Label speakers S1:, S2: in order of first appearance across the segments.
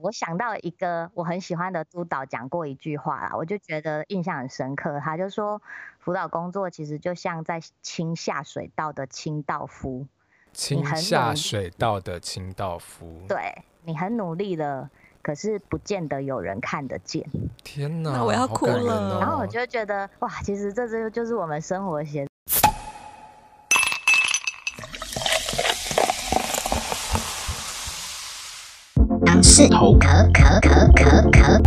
S1: 我想到一个我很喜欢的督导讲过一句话啦，我就觉得印象很深刻。他就说，辅导工作其实就像在清下水道的清道夫，
S2: 清
S1: 很
S2: 下
S1: 容易
S2: 水道的清道夫。
S1: 对你很努力了，可是不见得有人看得见。
S2: 天哪，
S3: 那我要
S2: 好
S3: 哭
S2: 感人
S3: 了
S2: 哦
S1: 然后我就会觉得，哇，其实这就就是我们生活写
S4: 尝试头壳壳壳壳壳。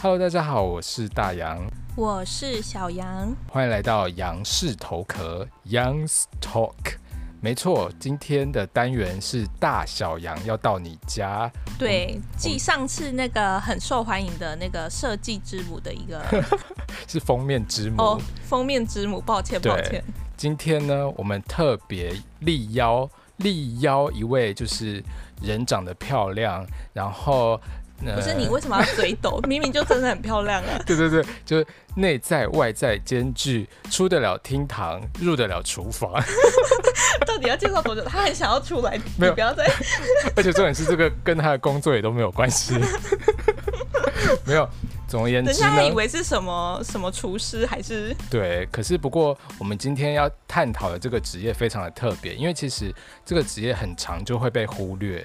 S2: Hello，大家好，我是大杨，
S3: 我是小杨，
S2: 欢迎来到杨氏头壳 Young's Talk。没错，今天的单元是大小杨要到你家，
S3: 对，继上次那个很受欢迎的那个设计之母的一 个
S2: 是封面之母。
S3: 哦，封面之母，抱歉抱歉，
S2: 今天呢，我们特别力邀力邀一位，就是人长得漂亮，然后呃，
S3: 不是你为什么要嘴 抖？明明就真的很漂亮啊！
S2: 对对对，就是内在外在兼具，出得了厅堂，入得了厨房，
S3: 到底要介绍多久？他很想要出来，
S2: 没
S3: 你
S2: 有
S3: 不 要再
S2: 而且重点是这个跟他的工作也都没有关系。 没有，总而言
S3: 等一
S2: 之
S3: 下他以
S2: 呢，
S3: 为是什么什么厨师还是
S2: 对，可是不过我们今天要探讨的这个职业非常的特别，因为其实这个职业很长就会被忽略，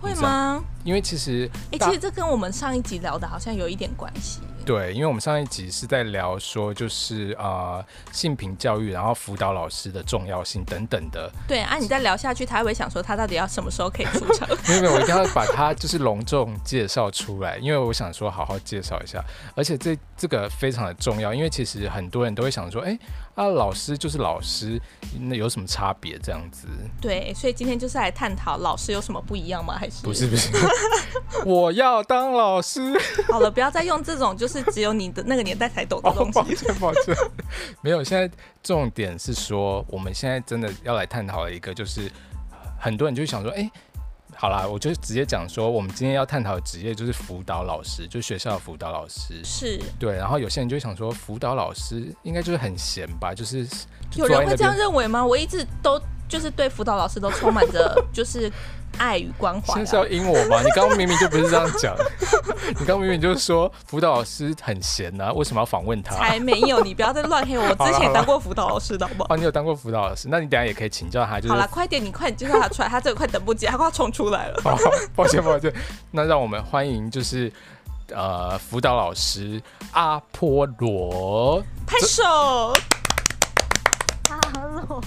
S3: 会吗？
S2: 因为其实
S3: 哎、
S2: 大
S3: 其实这跟我们上一集聊的好像有一点关系。
S2: 对，因为我们上一集是在聊说，就是呃性平教育，然后辅导老师的重要性等等的。
S3: 对啊， 你再聊下去，他会想说他到底要什么时候可以出 场？
S2: 没有没有，我一定要把它就是隆重介绍出来，因为我想说好好介绍一下。而且这这个非常的重要，因为其实很多人都会想说，哎啊老师就是老师，那有什么差别这样子？
S3: 对，所以今天就是来探讨老师有什么不一样吗？还是
S2: 不是不 是，我要当老师。
S3: 好了，不要再用这种就是只有你的那个年代才懂的
S2: 哦
S3: 东，西。
S2: 抱歉抱歉，没有。现在重点是说，我们现在真的要来探讨一个，就是很多人就想说，哎、好啦，我就直接讲说，我们今天要探讨的职业就是辅导老师，就是学校的辅导老师。
S3: 是，
S2: 对，然后有些人就会想说，辅导老师应该就是很闲吧，就是就坐
S3: 有
S2: 在
S3: 人会
S2: 那
S3: 这样
S2: 边。
S3: 认为吗？我一直都就是对辅导老师都充满着 就是爱与关怀、
S2: 现在是
S3: 啊
S2: 要。阴我吗？你刚刚明明就不是这样讲，你刚刚明明就是说辅导老师很闲啊，为什么要访问他？
S3: 才没有，你不要再乱黑我。我
S2: 好啦
S3: 之前
S2: 好
S3: 也
S2: 啦
S3: 当过辅导老师的，好不好？
S2: 哦，你有当过辅导老师，那你等一下也可以请教他，就是
S3: 好了，快点，你快点介绍他出来，他这个快等不及，他快要冲出来了。
S2: 好，哦 抱歉抱歉。那让我们欢迎就是呃辅导老师阿波罗。
S3: 拍手！
S1: 哈喽，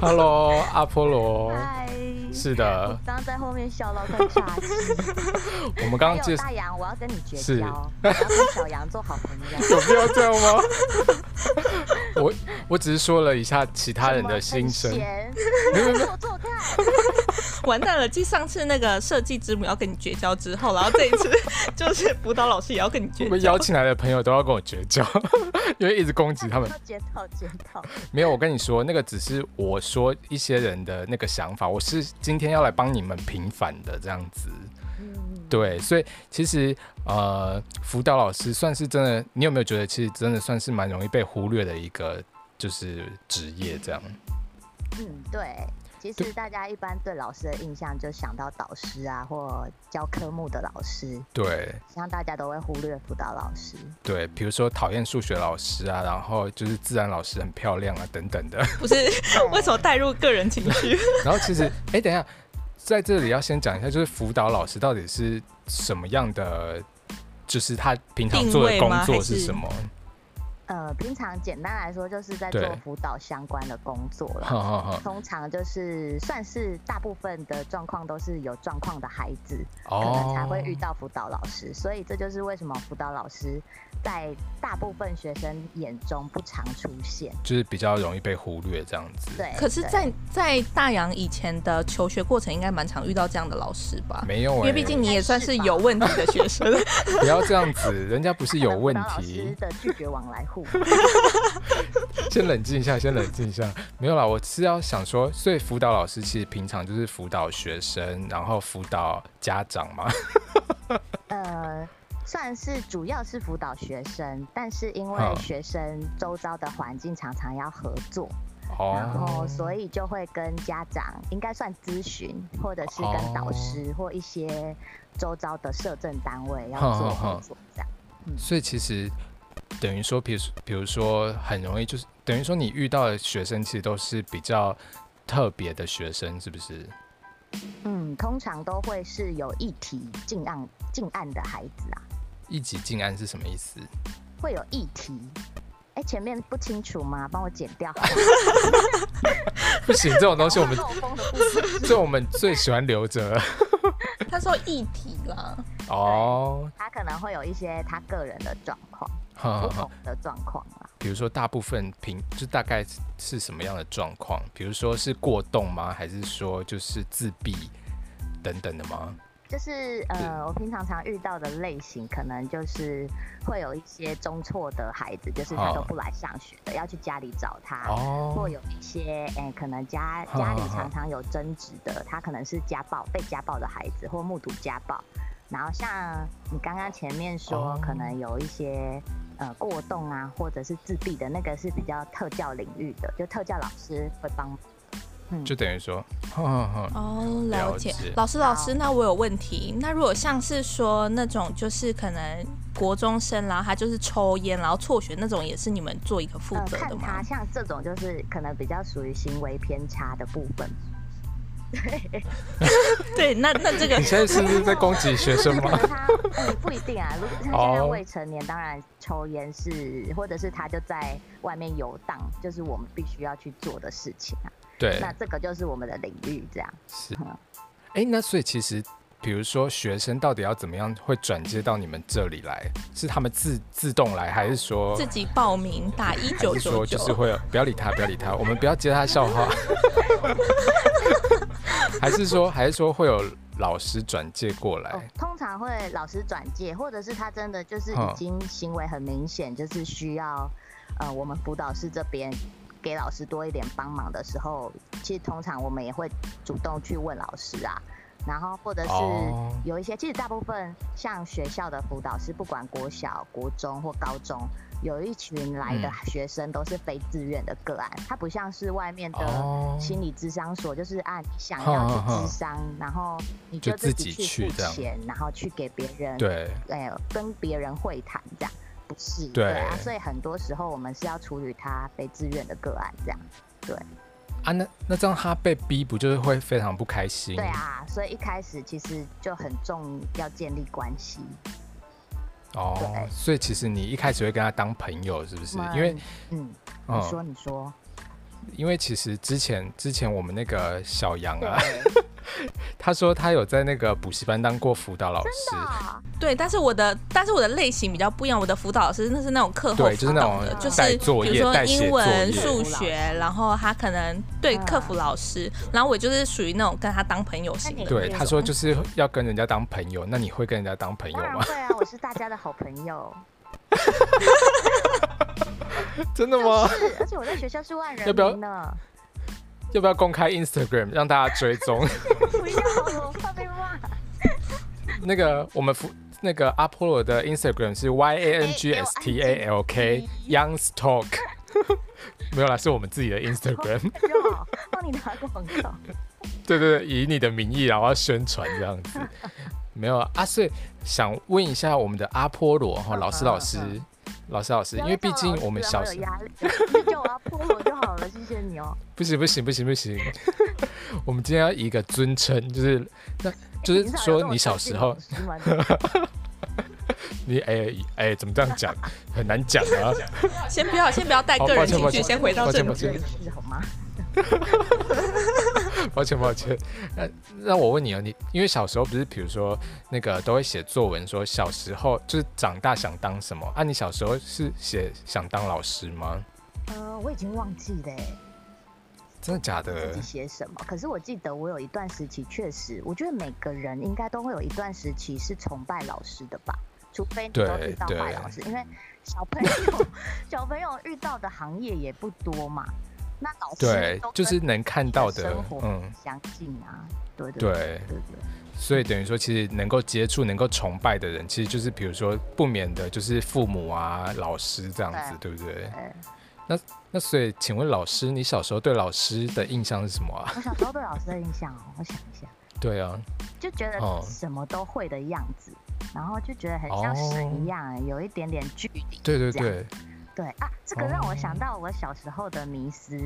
S2: Hello，阿波罗。
S1: 嗨，
S2: 是
S1: 我
S2: 的
S1: 刚，刚在后面笑到快岔气。
S2: 我们
S1: 还
S2: 刚刚介
S1: 有
S2: 绍
S1: 大杨，我要跟你绝
S2: 是
S1: 交，我要跟小杨做好朋友。
S2: 有必要这样吗？ 我我只是说了一下其他人的心声
S1: 什，么很闲
S2: 没有没有没
S1: 做
S2: 有
S1: 做看，
S3: 完蛋了，继上次那个设计之母要跟你绝交之后，然后这一次 就是辅导老师也要跟你绝
S2: 我们
S3: 交
S2: 邀。请来的朋友都要跟我绝交， 因为一直攻击他们。
S1: 检讨检讨。
S2: 没有，我跟你说，那个只是我说一些人的那个想法，我是今天要来帮你们平反的这样子。
S1: 嗯
S2: 对，所以其实呃，辅导老师算是真的，你有没有觉得其实真的算是蛮容易被忽略的一个就是职业这样？
S1: 嗯，对。其
S2: 对
S1: 实大家一般对老师的印象就想到导师啊，或教科目的老师，
S2: 对
S1: 像大家都会忽略辅导老师。
S2: 对，比如说讨厌数学老师啊，然后就是自然老师很漂亮啊等等的。
S3: 不是，为什么带入个人情绪？
S2: 然后其实，哎，等一下，在这里要先讲一下，就是辅导老师到底是什么样的，就是他平常
S3: 定
S2: 做的
S3: 位
S2: 工
S3: 吗
S2: 作
S3: 还
S2: 是
S3: 是
S2: 什么？
S1: 呃，平常简单来说就是在
S2: 对
S1: 做辅导相关的工作
S2: 哈
S1: 了。
S2: 哈哈。
S1: 通常就是算是大部分的状况都是有状况的孩子，可能才会
S2: 哦，
S1: 遇到辅导老师，所以这就是为什么辅导老师在大部分学生眼中不常出现。
S2: 就是比较容易被忽略这样子。
S1: 对，
S3: 可是
S1: 对
S3: 在，在大洋以前的求学过程，应该蛮常遇到这样的老师吧？
S2: 没有、欸，
S3: 因为毕竟你也算是有问题的学生，
S2: 不要这样子，人家不是有问
S1: 可能辅导老师
S2: 题。
S1: 的拒绝往来 户。
S2: 先冷静一下，先冷静一下。没有啦，我是要想说，所以辅导老师其实平常就是辅导学生，然后辅导家长嘛。
S1: 呃，算是主要是辅导学生，但是因为
S2: 嗯
S1: 学生周遭的环境常常要合作，然
S2: 哦，
S1: 后所以就会跟家长应该算咨询，或者是跟导
S2: 哦
S1: 师或一些周遭的社政单位要做
S2: 哼哼
S1: 合
S2: 哼
S1: 作这样。
S2: 所以其实等于说，比如说比如说很容易就是等于说你遇到的学生其实都是比较特别的学生，是不是？
S1: 嗯，通常都会是有议题进案进案的孩子啊，
S2: 一级进案是什么意思？
S1: 会有议题。哎，前面不清楚吗？帮我剪掉 好吗。
S2: 不行，这种东 西我们
S1: 后风的部分
S2: 这我们最喜欢留着 了
S3: 他说议题啦，
S2: 哦。
S1: 他可能会有一些他个人的状况，
S2: 哈
S1: 不
S2: 哈哈
S1: 同的状况啦。
S2: 比如说，大部分平就大概是什么样的状况？比如说是过动吗？还是说就是自闭等等的吗？
S1: 就是
S2: 嗯
S1: 呃，我平常常遇到的类型，可能就是会有一些中辍的孩子，就是他都
S2: 哦
S1: 不来上学的，要去家里找他。或
S2: 哦，
S1: 啊有一些，哎、可能家
S2: 好
S1: 家里
S2: 好好
S1: 常常有争执的，他可能是家暴被家暴的孩子，或目睹家暴。然后像你刚刚前面说，
S2: 哦
S1: 可能有一些呃过动啊，或者是自闭的那个是比较特教领域的，就特教老师会帮。嗯，
S2: 就等于说，哈哈 哈
S3: 哦，
S2: 了
S3: 了
S2: 解
S3: 解。老师，老师，
S1: 好
S3: 那我有问题。那如果像是说那种就是可能国中生，然后他就是抽烟，然后辍学那种，也是你们做一个负
S1: 呃，
S3: 责的
S1: 看
S3: 吗
S1: 他？像这种就是可能比较属于行为偏差的部 分。
S3: 对，那那这 个
S2: 你现在是不是在攻击学生
S1: 可
S2: 吗
S1: 能？他、嗯、不一定啊，如果他现在
S2: 哦
S1: 未成年，当然抽烟是，或者是他就在外面游荡，就是我们必须要去做的事情啊。
S2: 对，
S1: 那这个就是我们的领域，这样。
S2: 是
S1: 嗯。
S2: 哎，那所以其实，比如说学生到底要怎么样会转接到你们这里来？是他们自自动来，还是说
S3: 自己报名打一
S2: 还
S3: 九
S2: 是
S3: 九
S2: 说就是
S3: 九，
S2: 会有不要理他，不要理他，我们不要接他笑话。 还是说，还是说会有老师转介过来？
S1: 哦，通常会老师转介，或者是他真的就是已
S2: 嗯
S1: 经行为很明显，就是需要呃我们辅导室这边给老师多一点帮忙的时候，其实通常我们也会主动去问老师啊。然后，或者是
S2: 哦
S1: 有一些，其实大部分像学校的辅导师，不管国小、国中或高中，有一群来的
S2: 嗯
S1: 学生都是非自愿的个案，他不像是外面的
S2: 哦
S1: 心理智商所，就是按想
S2: 哼
S1: 要去
S2: 哼哼
S1: 智商，然后你
S2: 就
S1: 就自
S2: 自己
S1: 己去
S2: 去这
S1: 付
S2: 样
S1: 钱，然后去给别人，，
S2: 对，
S1: 哎，跟别人会谈这样，不是，
S2: 对
S1: 啊，所以很多时候我们是要处理他非自愿的个案这样，
S2: 啊，那那这样他被逼，不就是会非常不开心？
S1: 对啊，所以一开始其实就很重要建立关系，
S2: 哦，
S1: 对
S2: 所以其实你一开始会跟他当朋友，是不是？
S1: 嗯
S2: 因为，
S1: 嗯，
S2: 嗯
S1: 你说你说，
S2: 因为其实之前之前我们那个小杨
S1: 对
S2: 啊，， 他说他有在那个补习班当过辅导老师，
S1: 啊
S3: 对，但是我的但是我的类型比较不一样，我的辅导老师那是那种课后
S2: 对就是
S3: 辅
S2: 那
S3: 导
S2: 种
S3: 的，就是
S2: 带作业
S3: 比如
S2: 带
S3: 说
S2: 写
S3: 英文、
S2: 作
S1: 业
S3: 数学，然后他可能对
S1: 嗯
S3: 客服老师，然后我就是属于那种跟他当朋友型
S1: 那你
S3: 的。
S2: 对，他说就是要跟人家当朋友，那你会跟人家当朋友
S1: 当然
S2: 吗？
S1: 会啊，我是大家的好朋 友，
S2: 真的吗？
S1: 是，而且我在学校是万人
S2: 要不要
S1: 迷呢，
S2: 要不要公开 Instagram 让大家追踪？
S1: 不要，我怕被骂。
S2: 那个我们服那个阿波罗的 Instagram 是 Y A N G S T A L K Youngs Talk，没有啦，是我们自己的 Instagram。
S1: 哟，帮你打广告。
S2: 对对对，以你的名义然后要宣传这样子。没有啊，所以想问一下我们的阿波罗哈，
S1: 嗯
S2: 老师
S1: 嗯
S2: 老师
S1: 嗯，
S2: 老师老师，因为毕竟我们小时
S1: 时候有压 力，你叫我要泼我就好了，谢谢你哦。
S2: 不行不行不行不行，我们今天要以一个尊称，就是那就是说你小时候，
S1: 你 少有这种设计老师吗
S2: 你哎哎怎么这样讲，很难讲啊。
S3: 先不要先不要带
S2: 好
S3: 个
S2: 抱
S3: 人
S2: 歉
S3: 情
S2: 抱
S3: 绪，
S2: 歉
S3: 先回到
S2: 抱歉
S3: 正
S2: 抱
S3: 题。
S2: 歉
S1: 这是好吗？
S2: 抱歉抱歉，那那我问你哦，你因为小时候不是，比如说那个都会写作文，说小时候就是长大想当什么啊？你小时候是写想当老师吗？
S1: 呃，我已经忘记了欸
S2: 真的假的
S1: 自己？写什么，可是我记得我有一段时期确实，我觉得每个人应该都会有一段时期是崇拜老师的吧。除非你都
S2: 对
S1: 遇到
S2: 对
S1: 坏老师，因为小朋友 小朋友遇到的行业也不多嘛，那老师
S2: 对
S1: 都，
S2: 就是
S1: 跟
S2: 能看到
S1: 你
S2: 的
S1: 生，活
S2: 嗯，
S1: 相近啊，对对
S2: 对
S1: 对对，
S2: 所以等于说，其实能够接触、能够崇拜的人，其实就是比如说不免的就是父母啊、老师这样子，对不对？
S1: 对，
S2: 那那所以，请问老师，你小时候对老师的印象是什么啊？
S1: 我小时候对老师的印象哦，我想一下，
S2: 对啊，
S1: 就觉得
S2: 哦
S1: 什么都会的样子，然后就觉得很像神一样、有一点点距离。
S2: 哦对对
S1: 这样
S2: 对，
S1: 对啊，这个让我想到我小时候的迷思。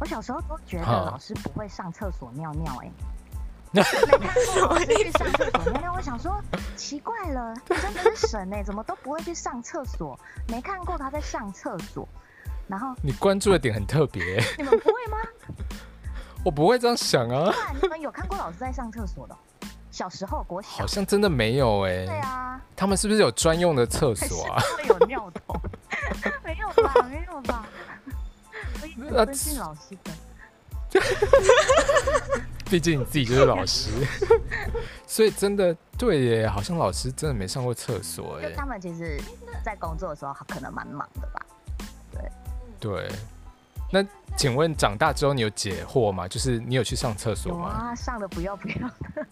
S1: 我小时候都觉得
S2: 哈
S1: 老师不会上厕所尿尿、 欸，哎。没看过老师去上厕所尿尿，我想说奇怪了，真的是神哎、怎么都不会去上厕所？没看过他在上厕所，然后
S2: 你关注的点很特别，
S1: 你们不会吗？
S2: 我不会这样想 啊，
S1: 不然你们有看过老师在上厕所的哦？小时候国小
S2: 好像真的没有哎、
S1: 对啊，
S2: 他们是不是有专用的厕
S1: 还是
S2: 所 啊？
S1: 会有尿头？没有吧，没有吧。我一直
S2: 那
S1: 尊敬老师的，
S2: 毕竟你自己就是老师， 所以真的对耶，好像老师真的没上过厕所哎
S1: 就，他们其实，在工作的时候可能蛮忙的吧。
S2: 对。那请问长大之后你有解惑吗？就是你有去上厕所
S1: 有
S2: 吗？
S1: 啊，上的不要不要的。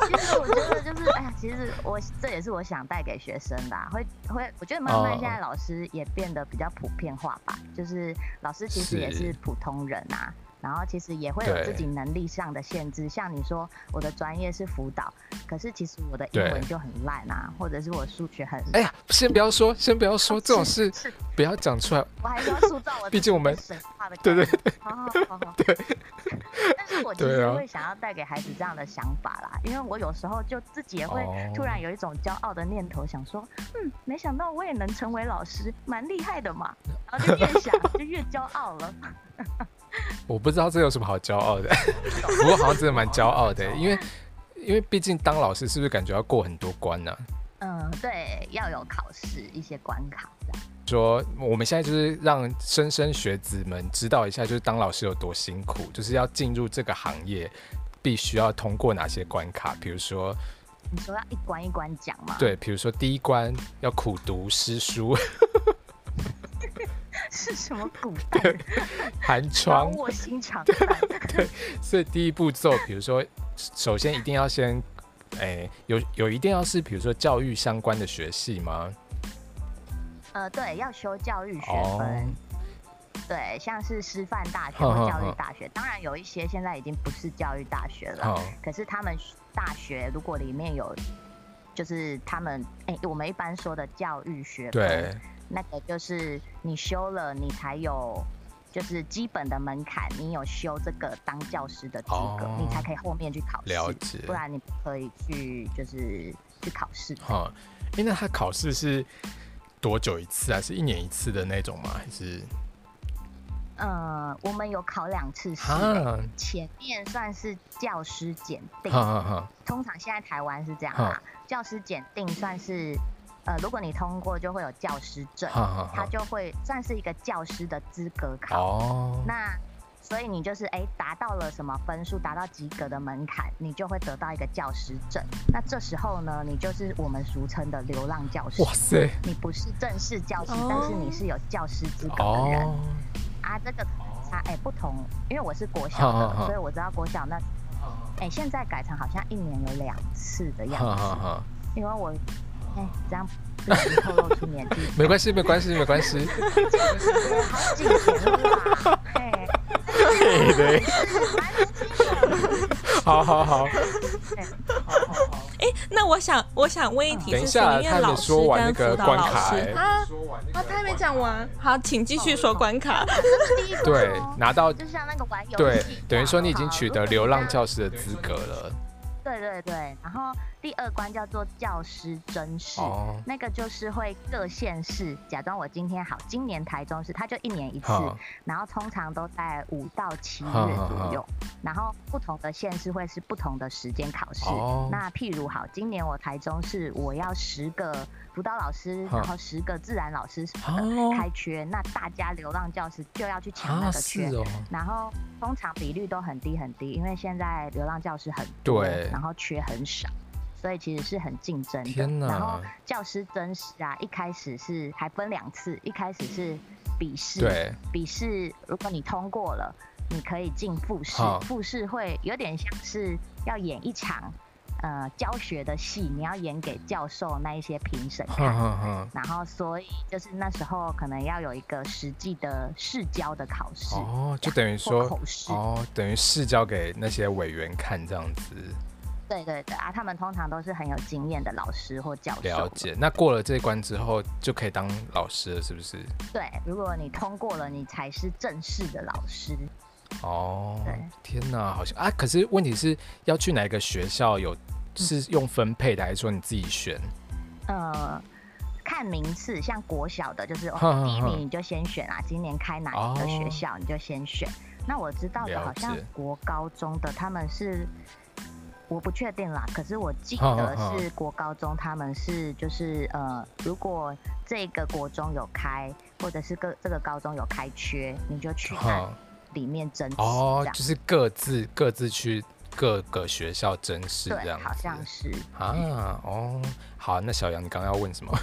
S1: 其实我觉得就是，哎呀，其实我这也是我想带给学生的、啊，会会，我觉得慢慢
S2: 哦
S1: 现在老师也变得比较普遍化吧，就是老师其实也
S2: 是
S1: 是普通人啊。然后其实也会有
S2: 对
S1: 自己能力上的限制，像你说我的专业是辅导，可是其实我的英
S2: 对
S1: 文就很烂啊，或者是我数学很
S2: 哎呀，先不要说，先不要说这种事，
S1: 是是
S2: 不要讲出来。
S1: 我还是要塑造我自己
S2: 毕竟我们
S1: 神话的
S2: 对对
S1: 概念，好好好 好，对。但是我其
S2: 对
S1: 实
S2: 啊
S1: 会想要带给孩子这样的想法啦，因为我有时候就自己也会
S2: 哦
S1: 突然有一种骄傲的念头，想说，嗯，没想到我也能成为老师，蛮厉害的 嘛，然后就越想就越骄傲了。
S2: 我不知道这有什么好骄傲的， 不过好像真的蛮骄傲 的，因为因为毕竟当老师是不是感觉要过很多关呢、
S1: 嗯，对，要有考试一些关卡这样。
S2: 说我们现在就是让莘莘学子们知道一下，就是当老师有多辛苦，就是要进入这个行业，必须要通过哪些关卡，比如说
S1: 你说要一关一关讲嘛？，
S2: 对，比如说第一关要苦读诗书、
S1: 是什么古代的
S2: 寒
S1: 老
S2: 窗，
S1: 我心 肠饭？
S2: 所以第一步骤，比如说首先一定要先，哎，有有一定要是比如说教育相关的学系吗？
S1: 呃，对，要修教育学
S2: 哦
S1: 分。对，像是师范大学
S2: 哼哼
S1: 或教育
S2: 哼
S1: 大学，当然有一些现在已经不是教育大学了。
S2: 好，
S1: 可是他们大学如果里面有，就是他们哎、我们一般说的教育学
S2: 对
S1: 分，，那个就是你修了，你才有就是基本的门槛，你有修这个当教师的资格，
S2: 哦
S1: 你才可以后面去考
S2: 了
S1: 试，
S2: 解
S1: 不然你不可以去就是去考试。
S2: 好，哎，那他考试是多久一次啊？是一年一次的那种吗？还是
S1: 呃，我们有考两次试。
S2: 啊？
S1: 前面算是教师检定，
S2: 哈哈哈。
S1: 通常现在台湾是这样
S2: 好
S1: 啦。教师检定算是，呃，如果你通过就会有教师证，
S2: 哈哈
S1: 它
S2: 哈。
S1: 就会算是一个教师的资格考。
S2: 哦，
S1: 那所以你就是哎达、到了什么分数，达到及格的门槛，你就会得到一个教师证。那这时候呢，你就是我们俗称的流浪教师。
S2: 哇塞，
S1: 你不是正式教师，
S3: 哦
S1: 但是你是有教师资格的人。
S2: 哦，
S1: 啊，这个可能差哎、不同，因为我是国小
S2: 哈
S1: 的，
S2: 哈哈
S1: 所以我知道国小那哎、现在改成好像一年有两次的样
S2: 哈
S1: 子，
S2: 哈哈，
S1: 因为我哎、这样不小心透露出年纪，
S2: 没关系，没关系，没关 系，
S1: 好紧张啦，哎、哎
S2: 好好好，
S3: 哎那我想，我想问一题
S2: 等一
S3: 是
S2: 下
S3: 说，
S2: 他
S3: 因为
S2: 还
S3: 老
S2: 没
S3: 师
S2: 说完那
S3: 跟
S2: 个
S3: 辅导
S2: 关
S3: 老
S2: 卡
S3: 师
S2: 欸
S3: 啊啊，他还没讲完，好，请继续说关卡。
S1: 这是第一关
S2: 对
S1: 哦，
S2: 拿到
S1: 就像那个玩游戏一样，
S2: 对，等于说你已经
S1: 好
S2: 取
S1: 如
S2: 得
S1: 果
S2: 流
S1: 你
S2: 浪
S1: 当
S2: 教师的资格了。
S1: 对对对，然后第二关叫做教师甄试，
S2: 哦
S1: 那个就是会各县市假装我今天好，今年台中市，它就一年一次
S2: 好，
S1: 然后通常都在五到七月
S2: 好好
S1: 左右，然后不同的县市会是不同的时间考试。
S2: 哦
S1: 那譬如好，今年我台中市我要十个辅导老师，
S2: 好
S1: 然后十个自然老师什么的
S2: 哦
S1: 开缺，那大家流浪教师就要去抢那
S2: 啊，
S1: 个缺。
S2: 是哦，
S1: 然后通常比率都很低很低，因为现在流浪教师很多，
S2: 对
S1: 然后缺很少，所以其实是很竞争的
S2: 天。哪
S1: 然后教师甄试啊，一开始是还分两次，一开始是笔试，
S2: 对，
S1: 笔试如果你通过了，你可以进复试
S2: 好，
S1: 复试会有点像是要演一场呃教学的戏，你要演给教授那一些评审看。
S2: 哼哼哼，
S1: 然后，所以就是那时候可能要有一个实际的试教的考试，
S2: 哦，就等于
S1: 或
S2: 说
S1: 口，试，
S2: 哦，等于试交给那些委员看这样子，
S1: 对对对啊，他们通常都是很有经验的老师或教
S2: 了
S1: 授。
S2: 解。那过了这一关之后，就可以当老师了，是不是？
S1: 对，如果你通过了，你才是正式的老师。
S2: 哦
S1: 对，
S2: 天哪，好像啊，可是问题是要去哪个学校有？
S1: 嗯
S2: 是用分配的，还是说你自己选？
S1: 呃，看名次，像国小的，就是
S2: 哼哼
S1: 哦第一
S2: 哼
S1: 名你就先选啊，今年开哪一个学校你就先
S2: 哦
S1: 选。那我知道的
S2: 了
S1: 好像
S2: 解
S1: 国高中的他们是，我不确定啦，可是我记
S2: 哼哼
S1: 得
S2: 哼
S1: 是国高中他们是就是呃，如果这个国中有开，或者是个这个高中有开缺，你就去那
S2: 哈，
S1: 里面争取。
S2: 哦
S1: 这，样
S2: 就是各自各自去各个学校甄试这
S1: 对，
S2: 样子。
S1: 好像是。
S2: 啊，哦，好，那小杨，你刚刚要问什么？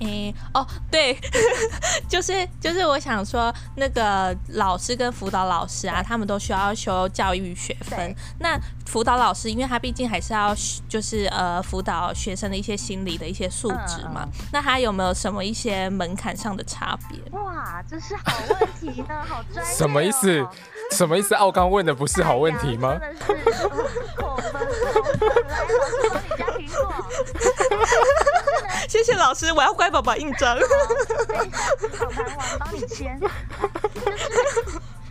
S3: 诶、哦，对， 就是就是，我想说，那个老师跟辅导老师啊，他们都需要修教育学分
S1: 对。
S3: 那辅导老师，因为他毕竟还是要就是呃辅导学生的一些心理的一些素质嘛，
S1: 嗯
S3: 那他有没有什么一些门槛上的差别？
S1: 哇，这是好问题呢，好专业、哦。
S2: 什么意思？什么意思？奥刚问的不是好问题吗？
S1: 哎呀真的是扣分，扣分！来，老师帮你加苹果。
S3: 谢谢老师，我要乖宝宝印章。
S1: 等一下，小盘王帮你签。就是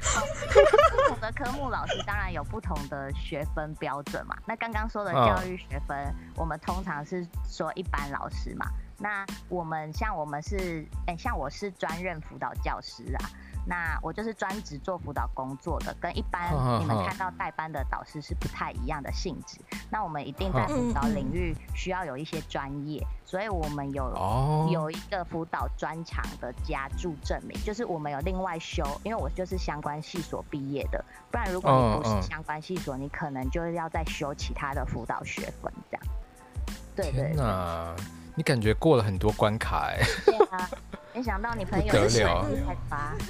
S1: 好不同的科目老师当然有不同的学分标准嘛。那刚刚说的教育学分，我们通常是说一般老师嘛。那我们像我们是，哎、像我是专任辅导教师啊。那我就是专职做辅导工作的，跟一般
S2: 哼哼
S1: 你们
S2: 哼
S1: 看到代班的导师是不太一样的性质。那我们一定在
S3: 嗯
S1: 辅导
S3: 嗯
S1: 领域需要有一些专业，所以我们有
S2: 哦，
S1: 有一个辅导专长的加注证明，就是我们有另外修，因为我就是相关系所毕业的，不然如果
S2: 嗯
S1: 你不
S2: 嗯
S1: 是相关系所，你可能就要再修其他的辅导学分这样。对
S2: 天
S1: 对
S2: 哪，你感觉过了很多关卡哎、
S1: 对啊！没想到你朋友
S2: 不得
S1: 是水
S2: 了
S1: 逆开发，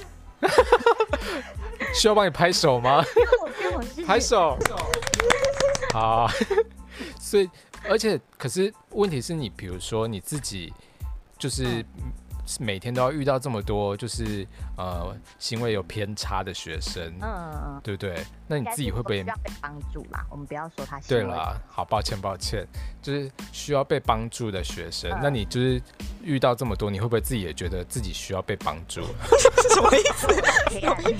S2: 需要帮你拍 手吗？
S1: 我跟我是
S2: 拍手。好， 所以而且可是问题是你，比如说你自己就是。
S1: 嗯
S2: 是每天都要遇到这么多，就是呃行为有偏差的学生，
S1: 嗯，
S2: 对不对？那你
S1: 应该
S2: 自己
S1: 是
S2: 会不
S1: 说
S2: 会
S1: 需要被帮助啦？我们不要说他行
S2: 对
S1: 为
S2: 啦，好抱歉抱歉，就是需要被帮助的学生，
S1: 嗯
S2: 那你就是遇到这么多，你会不会自己也觉得自己需要被帮 助？
S3: 什么意思？
S1: 黑暗面。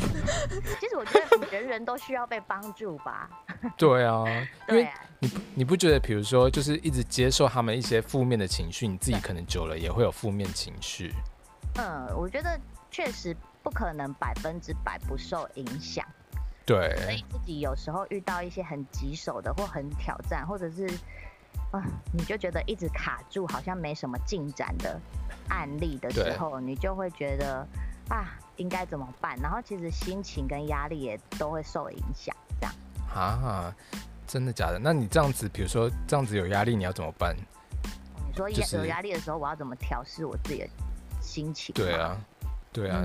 S1: 其实我觉得人人都需要被帮助吧。
S2: 对啊，因
S1: 对
S2: 为
S1: 啊，
S2: 你不你不觉得，比如说就是一直接受他们一些负面的情绪，你自己可能久了也会有负面情绪。
S1: 嗯，我觉得确实不可能百分之百不受影响。所
S2: 对
S1: 以，自己有时候遇到一些很棘手的或很挑战，或者是啊、你就觉得一直卡住，好像没什么进展的案例的时
S2: 对
S1: 候，你就会觉得啊，应该怎么办？然后其实心情跟压力也都会受影响，这样。
S2: 啊，真的假的？那你这样子，比如说这样子有压力，你要怎么办？
S1: 你说
S2: 就
S1: 压
S2: 是
S1: 有压力的时候，我要怎么调试我自己的心情？
S2: 对，啊，对
S1: 嗯
S2: 啊，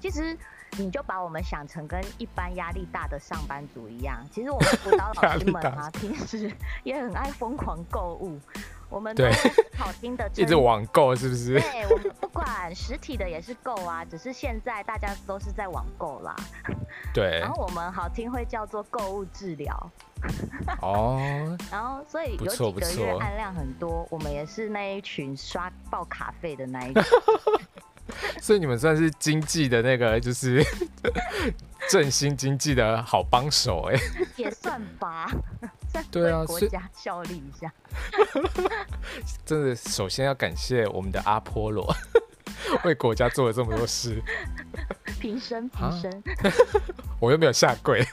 S1: 其实你就把我们想成跟一般压力大的上班族一样，其实我们辅导
S2: 压
S1: 老
S2: 力
S1: 师们
S2: 大
S1: 啊，平时也很爱疯狂购物，我们都
S2: 对
S1: 会思考听 的
S2: 一直网购是不是？
S1: 对我们不管实体的也是购啊，只是现在大家都是在网购啦。
S2: 对
S1: 然，后我们好听会叫做购物治疗，
S2: 哦，
S1: 然后所以
S2: 不
S1: 有
S2: 错
S1: 几
S2: 不
S1: 个月
S2: 错
S1: 案量很多，我们也是那一群刷爆卡费的那一 群。
S2: 所以你们算是经济的那个， 就是振兴经济的好帮手哎、
S1: 也算吧， 算
S2: 对啊
S1: 国
S2: 所以
S1: 家效力一下。
S2: 真的，首先要感谢我们的阿波罗， 为国家做了这么多事，
S1: 平身
S2: 啊
S1: 平身，
S2: 我又没有下跪。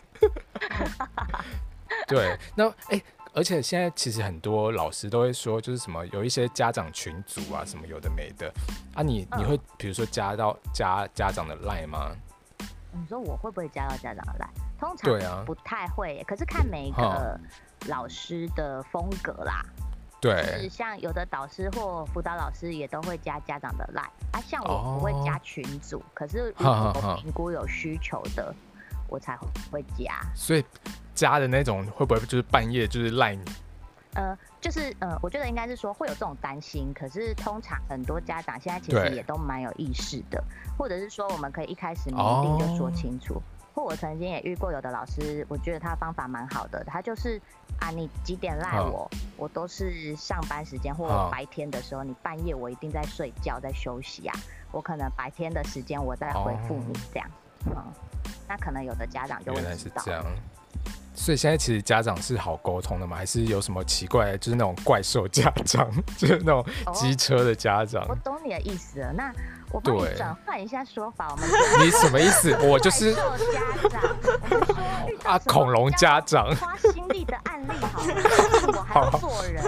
S2: 对，那哎、而且现在其实很多老师都会说，就是什么有一些家长群组啊，什么有的没的啊你，你
S1: 嗯
S2: 会比如说加到加家长的 line 吗？
S1: 你说我会不会加到家长来？通
S2: 对啊
S1: 常不太会耶、可是看每一
S2: 哦
S1: 个老师的风格啦。就是
S2: 对，
S1: 像有的导师或辅导老师也都会加家长的 line 啊，像我
S2: 哦
S1: 不会加群组，可是如
S2: 哈哈
S1: 果
S2: 哈
S1: 我评估有需求的，我才会加。
S2: 所以加的那种，会不会就是半夜就是赖你？
S1: 呃，就是呃，我觉得应该是说会有这种担心，可是通常很多家长现在其
S2: 对
S1: 实也都蛮有意识的，或者是说我们可以一开始明
S2: 哦
S1: 定就说清楚。或我曾经也遇过有的老师，我觉得他方法蛮好的，他就是啊，你几点赖
S2: 嗯
S1: 我，我都是上班时间
S2: 嗯
S1: 或白天的时候，你半夜我一定在睡觉在休息啊，我可能白天的时间我再
S2: 哦
S1: 回复你这样，嗯，那可能有的家长就会
S2: 原来
S1: 知
S2: 是
S1: 道
S2: 这，样。所以现在其实家长是好沟通的嘛，还是有什么奇怪的，就是那种怪兽家长， 就是那种机车的家长？
S3: 哦
S1: 我懂你的意思了。那我帮你
S2: 对
S1: 转换一下说法，我们
S2: 你什么意 思？我就是
S1: 怪兽家长，我们说遇到
S2: 啊，
S1: 什么
S2: 恐龙家长。
S1: 花心力的案例好了，但是我还要做人。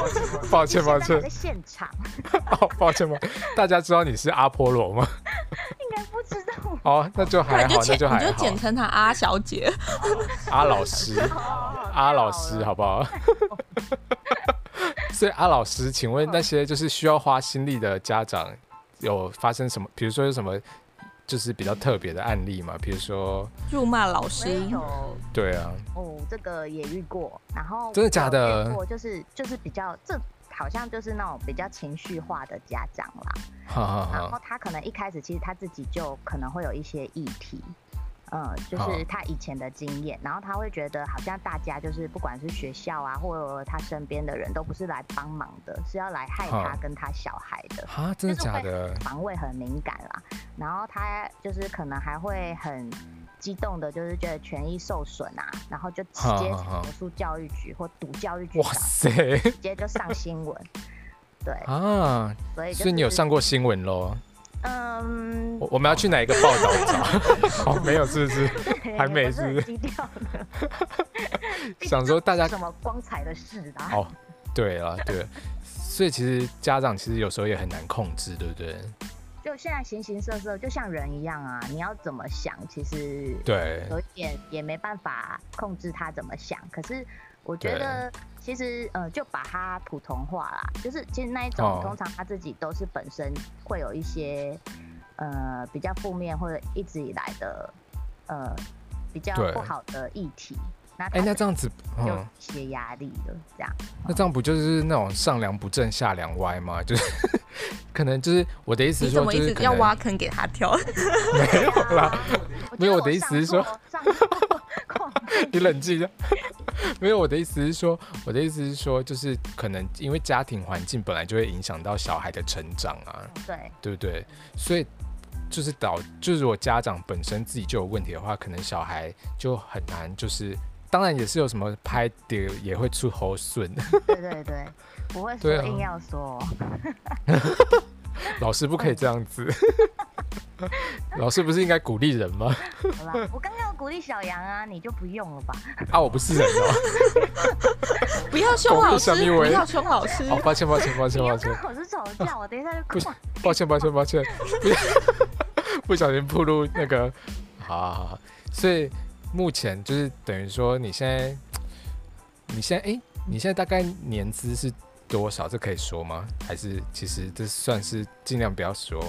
S2: 抱歉
S1: 现在
S2: 抱歉
S1: 还在现场，
S2: 哦，抱歉抱歉，大家知道你是阿波罗吗？
S1: 应该不知道
S2: 哦，那就
S3: 不
S2: 还好，
S3: 然就
S2: 那
S3: 简
S2: 就
S3: 你
S2: 还
S3: 就
S2: 好
S3: 简。称她阿小姐。
S2: 阿老师，
S1: 哦。
S2: 阿老师，好不好？ 所以阿老师，请问那些就是需要花心力的家长，有发生什么？比如说有什么就是比较特别的案例吗？比如说，
S3: 辱骂老
S1: 我
S3: 师
S1: 也，有
S2: 对啊，
S1: 哦，这个也遇过，然后
S2: 真的假的
S1: 我就是就是比较这。好像就是那种比较情绪化的家长啦，
S2: 哈哈
S1: 然
S2: 哈
S1: 后，他可能一开始其实他自己就可能会有一些议题，嗯，就是
S2: 好
S1: 他以前的经验，然后他会觉得好像大家就是不管是学校啊，或者他身边的人都不是来帮忙的，是要来害
S2: 好
S1: 他跟他小孩的，
S2: 哈，真的
S1: 就是
S2: 假
S1: 会
S2: 的？
S1: 防卫很敏感啦，然后他就是可能还会很激动的，就是觉得权益受损啊，然后就直接
S2: 好好好
S1: 投诉教育局或堵教育局
S2: 哇
S1: 长，
S2: 塞
S1: 直接就上新闻。对，
S2: 啊！
S1: 所以、就是、
S2: 所以你有上哦过新闻喽？
S1: 嗯
S2: 我，我们要去哪一个报道 找？哦，没有，是不 是？还没
S1: 我是
S2: 是不
S1: 很
S2: 是
S1: 低调的，
S2: 想说大家
S1: 什么光彩的事啊？
S2: 哦，对了，对了，所以其实家长其实有时候也很难控制，对不对？
S1: 就现在形形色色，就像人一样啊，你要怎么想，其实
S2: 对，
S1: 有一点也没办法控制他怎么想。可是我觉得，其实呃，就把它普通话啦，就是其实那一
S2: 哦
S1: 种，通常他自己都是本身会有一些呃比较负面或者一直以来的呃比较
S2: 对
S1: 不好的议题。那
S2: 哎、
S1: 他
S2: 那这样子，
S1: 就有
S2: 嗯
S1: 一，些压力了，这样。
S2: 那这样不就是那种上梁不正下梁歪吗？就是 可能就是我的意思
S3: 你
S2: 是
S3: 怎
S2: 说，
S3: 么一
S2: 就是
S3: 直
S2: 可
S3: 要
S2: 能
S3: 挖坑给她跳？
S2: 没有啦，
S1: 觉
S2: 没有
S1: 得
S2: 我的意思是说
S1: 上错， 上错空
S2: 你冷静一下。 没有，我的意思是说，我的意思是说，就是可能因为家庭环境本来就会影响到小孩的成长啊，
S1: 对，
S2: 对不对？所以就是导，就是如果家长本身自己就有问题的话，可能小孩就很难，就是当然也是有什么拍的也会出猴顺，
S1: 对对对，不会说
S2: 对啊
S1: 硬要说，
S2: 老师不可以这样子。 老师不是应该鼓励人吗？
S1: 好啦， 我刚刚有鼓励小杨啊，你就不用了吧？
S2: 啊，我不是人哦。
S3: 不要凶
S2: 狗
S3: 老
S2: 是
S3: 师，
S2: 什么
S3: 不
S2: 味
S3: 要凶老师。
S2: 哦，抱歉，抱歉，抱歉，
S1: 你
S2: 抱
S1: 又
S2: 歉
S1: 跟，老师吵架，我等一下就
S2: 不
S1: 挂。
S2: 抱歉，抱歉，抱歉， 不小心暴露那个，好好好好，所以目前就是等于说，你现在，你现在，哎、你现在大概年资是多少？这可以说吗？还是其实这算是尽量不要说，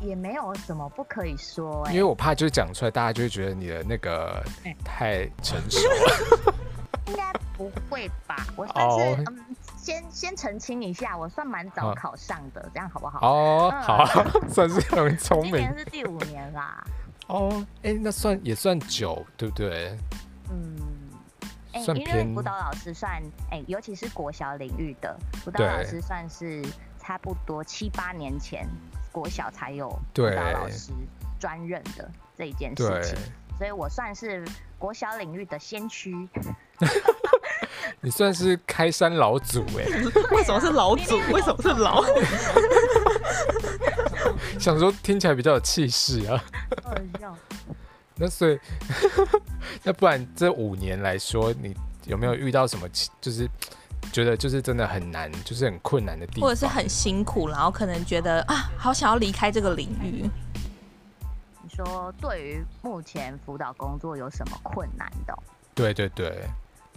S1: 也没有什么不可以说哎、
S2: 因为我怕就是讲出来，大家就会觉得你的那个
S1: 哎
S2: 太成熟。
S1: 应该不会吧？我算是、
S2: 哦
S1: 嗯，先先澄清一下，我算蛮早
S2: 啊
S1: 考上的，这样好不好？
S2: 哦，
S1: 嗯
S2: 好，算是很聪
S1: 今
S2: 明
S1: 年是第五年啦，
S2: 哦。哎、那算也算久，对不对？
S1: 嗯。哎、
S2: 算
S1: 因为
S2: 偏
S1: 辅导老师算哎、尤其是国小领域的辅导
S2: 对
S1: 老师，算是差不多七八年前国小才有辅
S2: 对
S1: 导老师专任的这一件事
S2: 对。
S1: 情，所以我算是国小领域的先 驱。
S2: 你算是开山老祖哎、
S3: 为什么是老祖？为什么是老？
S2: 想说听起来比较有气势啊。
S1: 好笑
S2: 那所以， 那不然这五年来说，你有没有遇到什么其就是觉得就是真的很难，就是很困难的地
S3: 或
S2: 方
S3: 者？是很辛苦，然后可能觉得啊，好想要离开这个领域。
S1: 你说对于目前辅导工作有什么困难的哦、
S2: 对对对，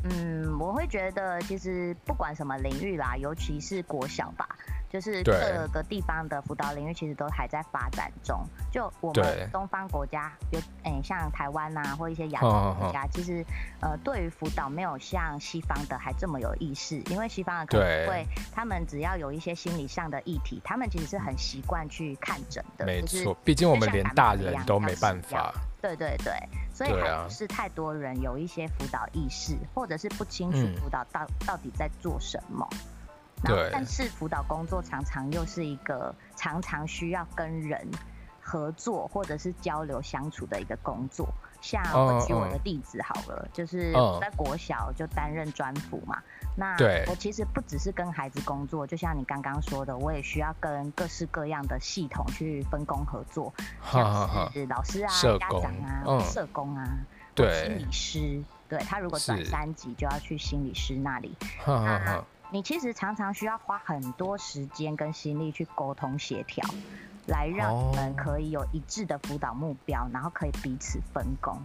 S1: 嗯，我会觉得其实不管什么领域啦，尤其是国小吧，就是
S2: 对
S1: 各个地方的辅导领域其实都还在发展中。就我
S2: 对
S1: 们东方国家，有诶、像台湾呐、或一些亚洲
S2: 嗯嗯嗯
S1: 国家，其实呃对于辅导没有像西方的还这么有意识，因为西方的可
S2: 对
S1: 能会他们只要有一些心理上的议题，他们其实是很习惯去看诊的，
S2: 没
S1: 就是
S2: 错，毕竟我们
S1: 就像
S2: 连
S1: 感冒
S2: 大
S1: 一
S2: 人
S1: 样
S2: 都
S1: 要
S2: 没
S1: 吃
S2: 办
S1: 药
S2: 法。
S1: 对对对，所以
S2: 对
S1: 还
S2: 啊
S1: 不是太多人有一些辅导意识，或者是不清楚
S2: 嗯
S1: 辅导到、到底在做什么。然后
S2: 对
S1: 但是辅导工作常常又是一个常常需要跟人合作或者是交流相处的一个工作。像
S2: 嗯
S1: 我举我
S2: 嗯
S1: 的例子好了，就是
S2: 嗯
S1: 我在国小就担任专辅嘛。那
S2: 对
S1: 我其实不只是跟孩子工作，就像你刚刚说的，我也需要跟各式各样的系统去分工合作，
S2: 哈哈
S1: 像
S2: 哈，
S1: 是老师啊、
S2: 社
S1: 家
S2: 工
S1: 长啊、
S2: 嗯
S1: 社工啊，或心
S2: 对，
S1: 理师，对他如果转
S2: 是
S1: 三级就要去心理师那里。
S2: 哈
S1: 啊
S2: 哈哈，
S1: 你其实常常需要花很多时间跟心力去沟通协调，来让
S2: 哦
S1: 你们可以有一致的辅导目标，然后可以彼此分工。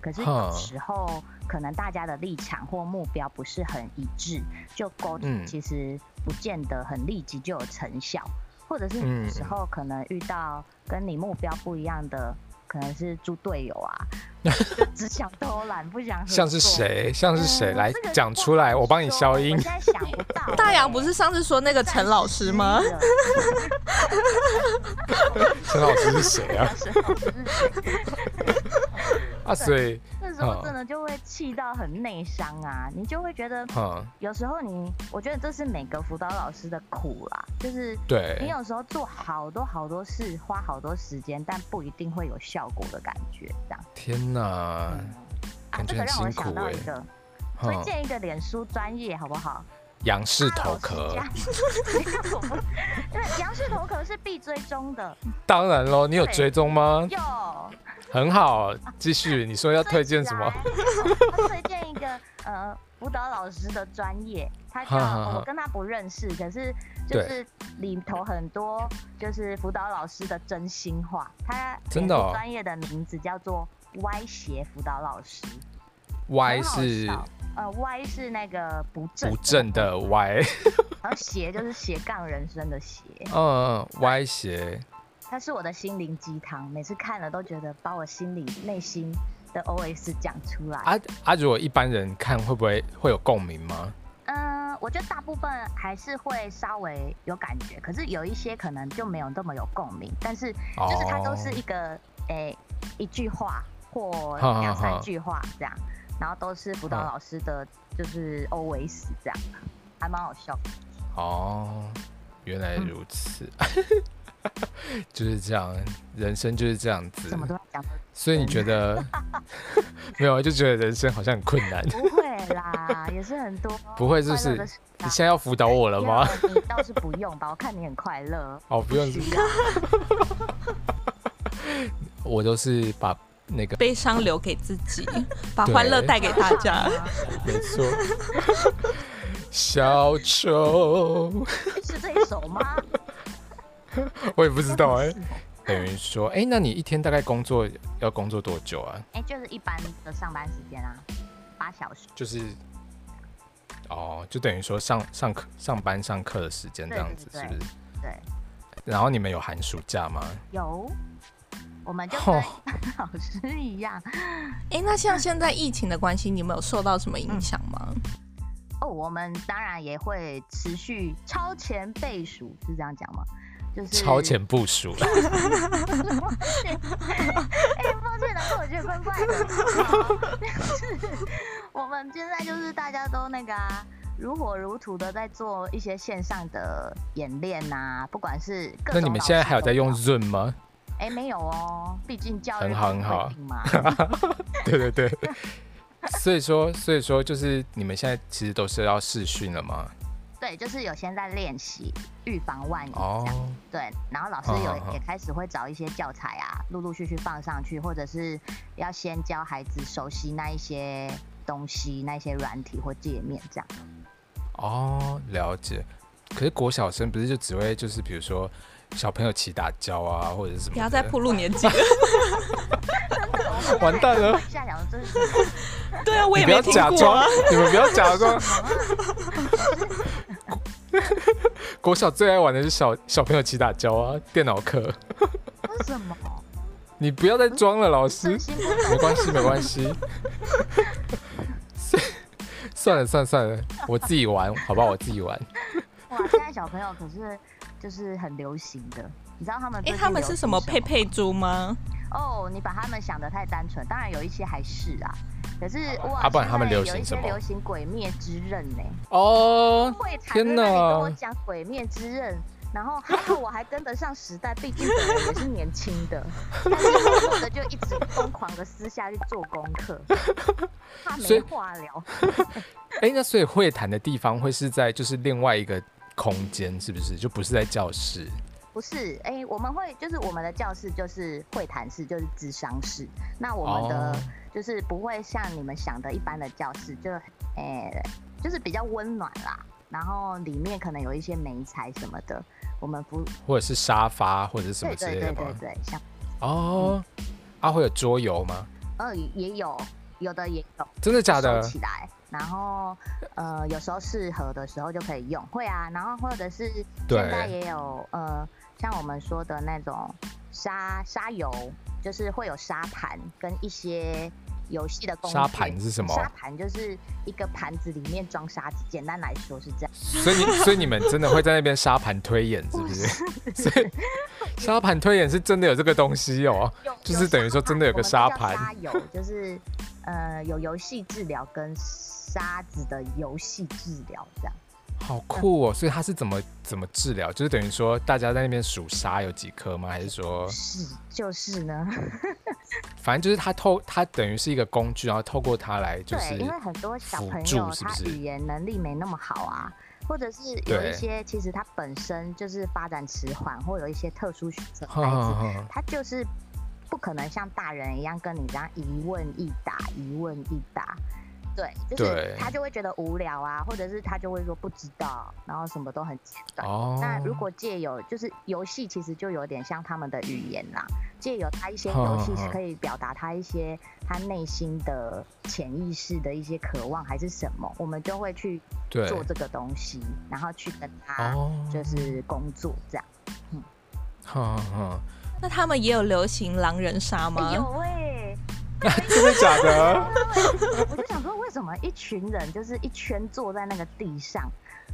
S1: 可是
S2: 哼
S1: 有时候可能大家的立场或目标不是很一致，就沟
S2: 嗯
S1: 通其实不见得很立即就有成效，或者是
S2: 嗯
S1: 有时候可能遇到跟你目标不一样的，可能是猪队友 啊，就只想偷懒不想合
S2: 像是
S1: 作？
S2: 谁？像是谁？
S1: 嗯
S2: 来
S1: 这个
S2: 讲
S1: 不
S2: 出来，
S1: 好
S2: 我帮你
S1: 说
S2: 消
S1: 我
S2: 音。
S1: 现在想不到欸、
S3: 大洋不是上次说那个陈老师 吗？
S2: 陈老师是 谁啊？
S1: 是是是
S2: 啊，所以，
S1: 那时候真的就会气到很内伤啊，你就会觉得
S2: 嗯，
S1: 有时候你，我觉得这是每个辅导老师的苦啦，就是
S2: 对
S1: 你有时候做好多好多事，花好多时间，但不一定会有效果的感觉，这样。
S2: 天哪，
S1: 嗯啊，
S2: 哎感
S1: 这个
S2: 觉很
S1: 让我
S2: 辛
S1: 想
S2: 苦
S1: 到
S2: 哎
S1: 一。个，推
S2: 嗯，
S1: 荐一个脸书专业好不好？
S2: 杨氏
S1: 大
S2: 头
S1: 老师
S2: 壳
S1: 家， 对，杨氏头壳是必追踪的，
S2: 当然喽，你有
S1: 对
S2: 追踪吗？
S1: 哟。
S2: 很好，继续，你说要推荐什么？
S1: 我推荐一个呃辅导老师的专业，他叫
S2: 哈哈哈
S1: 我跟他不认识，可是就是里头很多就是辅导老师的真心话。他
S2: 真的哦
S1: 专业的名字叫做歪斜辅导老师
S2: Y
S1: 很好
S2: 是
S1: 笑呃歪是那个不正
S2: 不正，的 Y，
S1: 然后斜就是斜杠人生的斜。
S2: 嗯，Y 斜，
S1: 它是我的心灵鸡汤，每次看了都觉得把我心里内心的 OS 讲出来。
S2: 啊啊！如果一般人看会不会会有共鸣吗？
S1: 嗯，我觉得大部分还是会稍微有感觉，可是有一些可能就没有那么有共鸣。但是就是它都
S2: 哦
S1: 是一个诶、一句话或
S2: 好好
S1: 两
S2: 好
S1: 三句话这样，然后都是辅导
S2: 好
S1: 老师的就是 always 这样，还蛮好笑的。
S2: 哦，原来如此，
S1: 嗯
S2: 就是这样，人生就是这样子
S1: 什。么都嗯要讲，
S2: 所以你觉得 没有啊，就觉得人生好像很困难。
S1: 不会啦，也是很多
S2: 不会是不
S1: 快
S2: 是
S1: 乐的事啊
S2: 你现在要辅导我了吗？？
S1: 因为你倒是不用吧，我看你很快乐。
S2: 哦，不用，
S1: 需要
S2: 我都是把 那个
S3: 悲伤留给自 己，把
S2: 对
S3: 欢乐带给大 家。
S2: 没错，小丑，
S1: 是这一首吗？
S2: 我也不知道哎、 等于说，哎、那你一天大概工作要工作多久啊？
S1: 哎、就是一般的上班时间啊，八小时。
S2: 就是，哦，就等于说上上课、上班、上课的时间这
S1: 对
S2: 样
S1: 对
S2: 子，
S1: 对
S2: 是不是？
S1: 对，
S2: 然后你们有寒暑假吗？
S1: 有，我们就跟
S2: 哦
S1: 老师一样。
S3: 哎、那像现在疫情的关系，你们有受到什么影响吗？
S1: 哦，我们当然也会持续超前倍数，是这样讲吗？就是
S2: 超。 前部署，
S1: 哎，啊抱歉，难怪我觉得怪怪的。就是 我们现在就是大家都那个啊。如火如荼的在做一些线上的演练呐、不管是各
S2: 那你
S1: 种
S2: 们
S1: 老
S2: 现在
S1: 师
S2: 还有
S1: 都
S2: 在用
S1: 有
S2: Zoom 吗？
S1: 哎，没有哦，毕竟教育
S2: 很好很好
S1: 规定嘛。
S2: 对对对，所以说所以说就是你们现在其实都是要试训了吗？
S1: 对，就是有先在练习，预防万一这样。
S2: 哦，
S1: 对，然后老师
S2: 好
S1: 有
S2: 好好
S1: 也开始会找一些教材啊，陆陆续续放上去，或者是要先教孩子熟悉那一些东西、那一些软体或界面这样。
S2: 哦，了解。可是国小生不是就只会就是比如说小朋友起打跤啊，或者是什么的？
S3: 不要再暴露年纪了。
S2: 完蛋了！
S1: 下想这是什么
S3: 对啊，我
S2: 你
S3: 也
S2: 不要
S3: 没听
S2: 假
S3: 过
S2: 装
S3: 啊。，
S2: 你们不要假装。国小最爱玩的是小小朋友起打跤啊，电脑课。
S1: 为什么？
S2: 嗯你不要再装了，老师
S1: 真。心
S2: 没关系，没关系。 算了算了算了，我自己玩，好不好？我自己玩。
S1: 哇，现在小朋友可是就是很流行的，你知道他们
S3: 哎、
S1: 最近
S3: 他们是
S1: 流行
S3: 什
S1: 什
S3: 么佩佩猪吗？
S1: 哦，你把他们想的太单纯，当然有一些还是啊，可是哇，
S2: 啊不然他们
S1: 现在
S2: 流行
S1: 有一些
S2: 什么
S1: 流行《鬼灭之刃》呢、
S2: 哦
S1: 会，谈
S2: 天
S1: 在那里跟我
S2: 哪！
S1: 讲《鬼灭之刃》，然后还好我还跟得上时代，毕竟本人也是年轻 的，但是我的就一直疯狂的私下去做功课，怕
S2: 所以
S1: 没话聊。
S2: 哎、那所以会谈的地方会是在就是另外一个空间，是不是？就不是在教室
S1: 不是，哎、我们会就是我们的教室就是会谈室，就是智商室。那我们的
S2: 哦
S1: 就是不会像你们想的一般的教室，就哎、就是比较温暖啦。然后里面可能有一些美材什么的，我们不，
S2: 或者是沙发或者是什么
S1: 对
S2: 之
S1: 对
S2: 类的
S1: 对
S2: 吗？
S1: 对对，像
S2: 哦，啊，会有桌游吗？
S1: 呃也有，有的也有，
S2: 真的假的
S1: 收？起来，然后呃，有时候适合的时候就可以用，会啊，然后或者是
S2: 对
S1: 现在也有呃，像我们说的那种沙沙油，就是会有沙盘跟一些游戏的工具。
S2: 沙盘是什么
S1: 沙盘就是一个盘子里面装沙子，简单来说是这样。
S2: 所以你所以你们真的会在那边沙盘推演，是不是？所以沙盘推演是真的有这个东西哦。
S1: 有
S2: 就是等于说真的有个
S1: 沙
S2: 沙盘
S1: 我们就叫沙油 就是呃有游戏治疗跟沙子的游戏治疗这样。
S2: 好酷哦！所以他是怎么怎么治疗？就是等于说大家在那边数沙有几颗吗？还是说，
S1: 是就是呢。
S2: 反正就是他透他等于是一个工具，然后透过它来 就是
S1: 对，因为很多小
S2: 辅
S1: 朋
S2: 助
S1: 友
S2: 是不
S1: 他
S2: 是
S1: 语言能力没那么好啊，或者是有
S2: 对
S1: 一些其实他本身就是发展迟缓，或有一些特殊选择
S2: 哼
S1: 孩
S2: 哼
S1: 子，
S2: 哼
S1: 他就是不可能像大人一样跟你这样一问一答，一问一答。对，就是
S2: 对
S1: 他就会觉得无聊啊，或者是他就会说不知道，然后什么都很简短。
S2: 哦，
S1: 那如果借由就是游戏，其实就有点像他们的语言啦。借由他一些
S2: 嗯
S1: 游戏是可以表达他一些他内心的潜意识的一些渴望还是什么，我们就会去
S2: 对
S1: 做这个啊东西，然后去跟他
S2: 哦，
S1: 就是工作这样。
S2: 哼哼哼，
S3: 那他们也有流行狼人杀吗？
S1: 哎呦喂！
S2: 真的假 的？
S1: 我就想说，为什么一群人就是一圈坐在那个地上，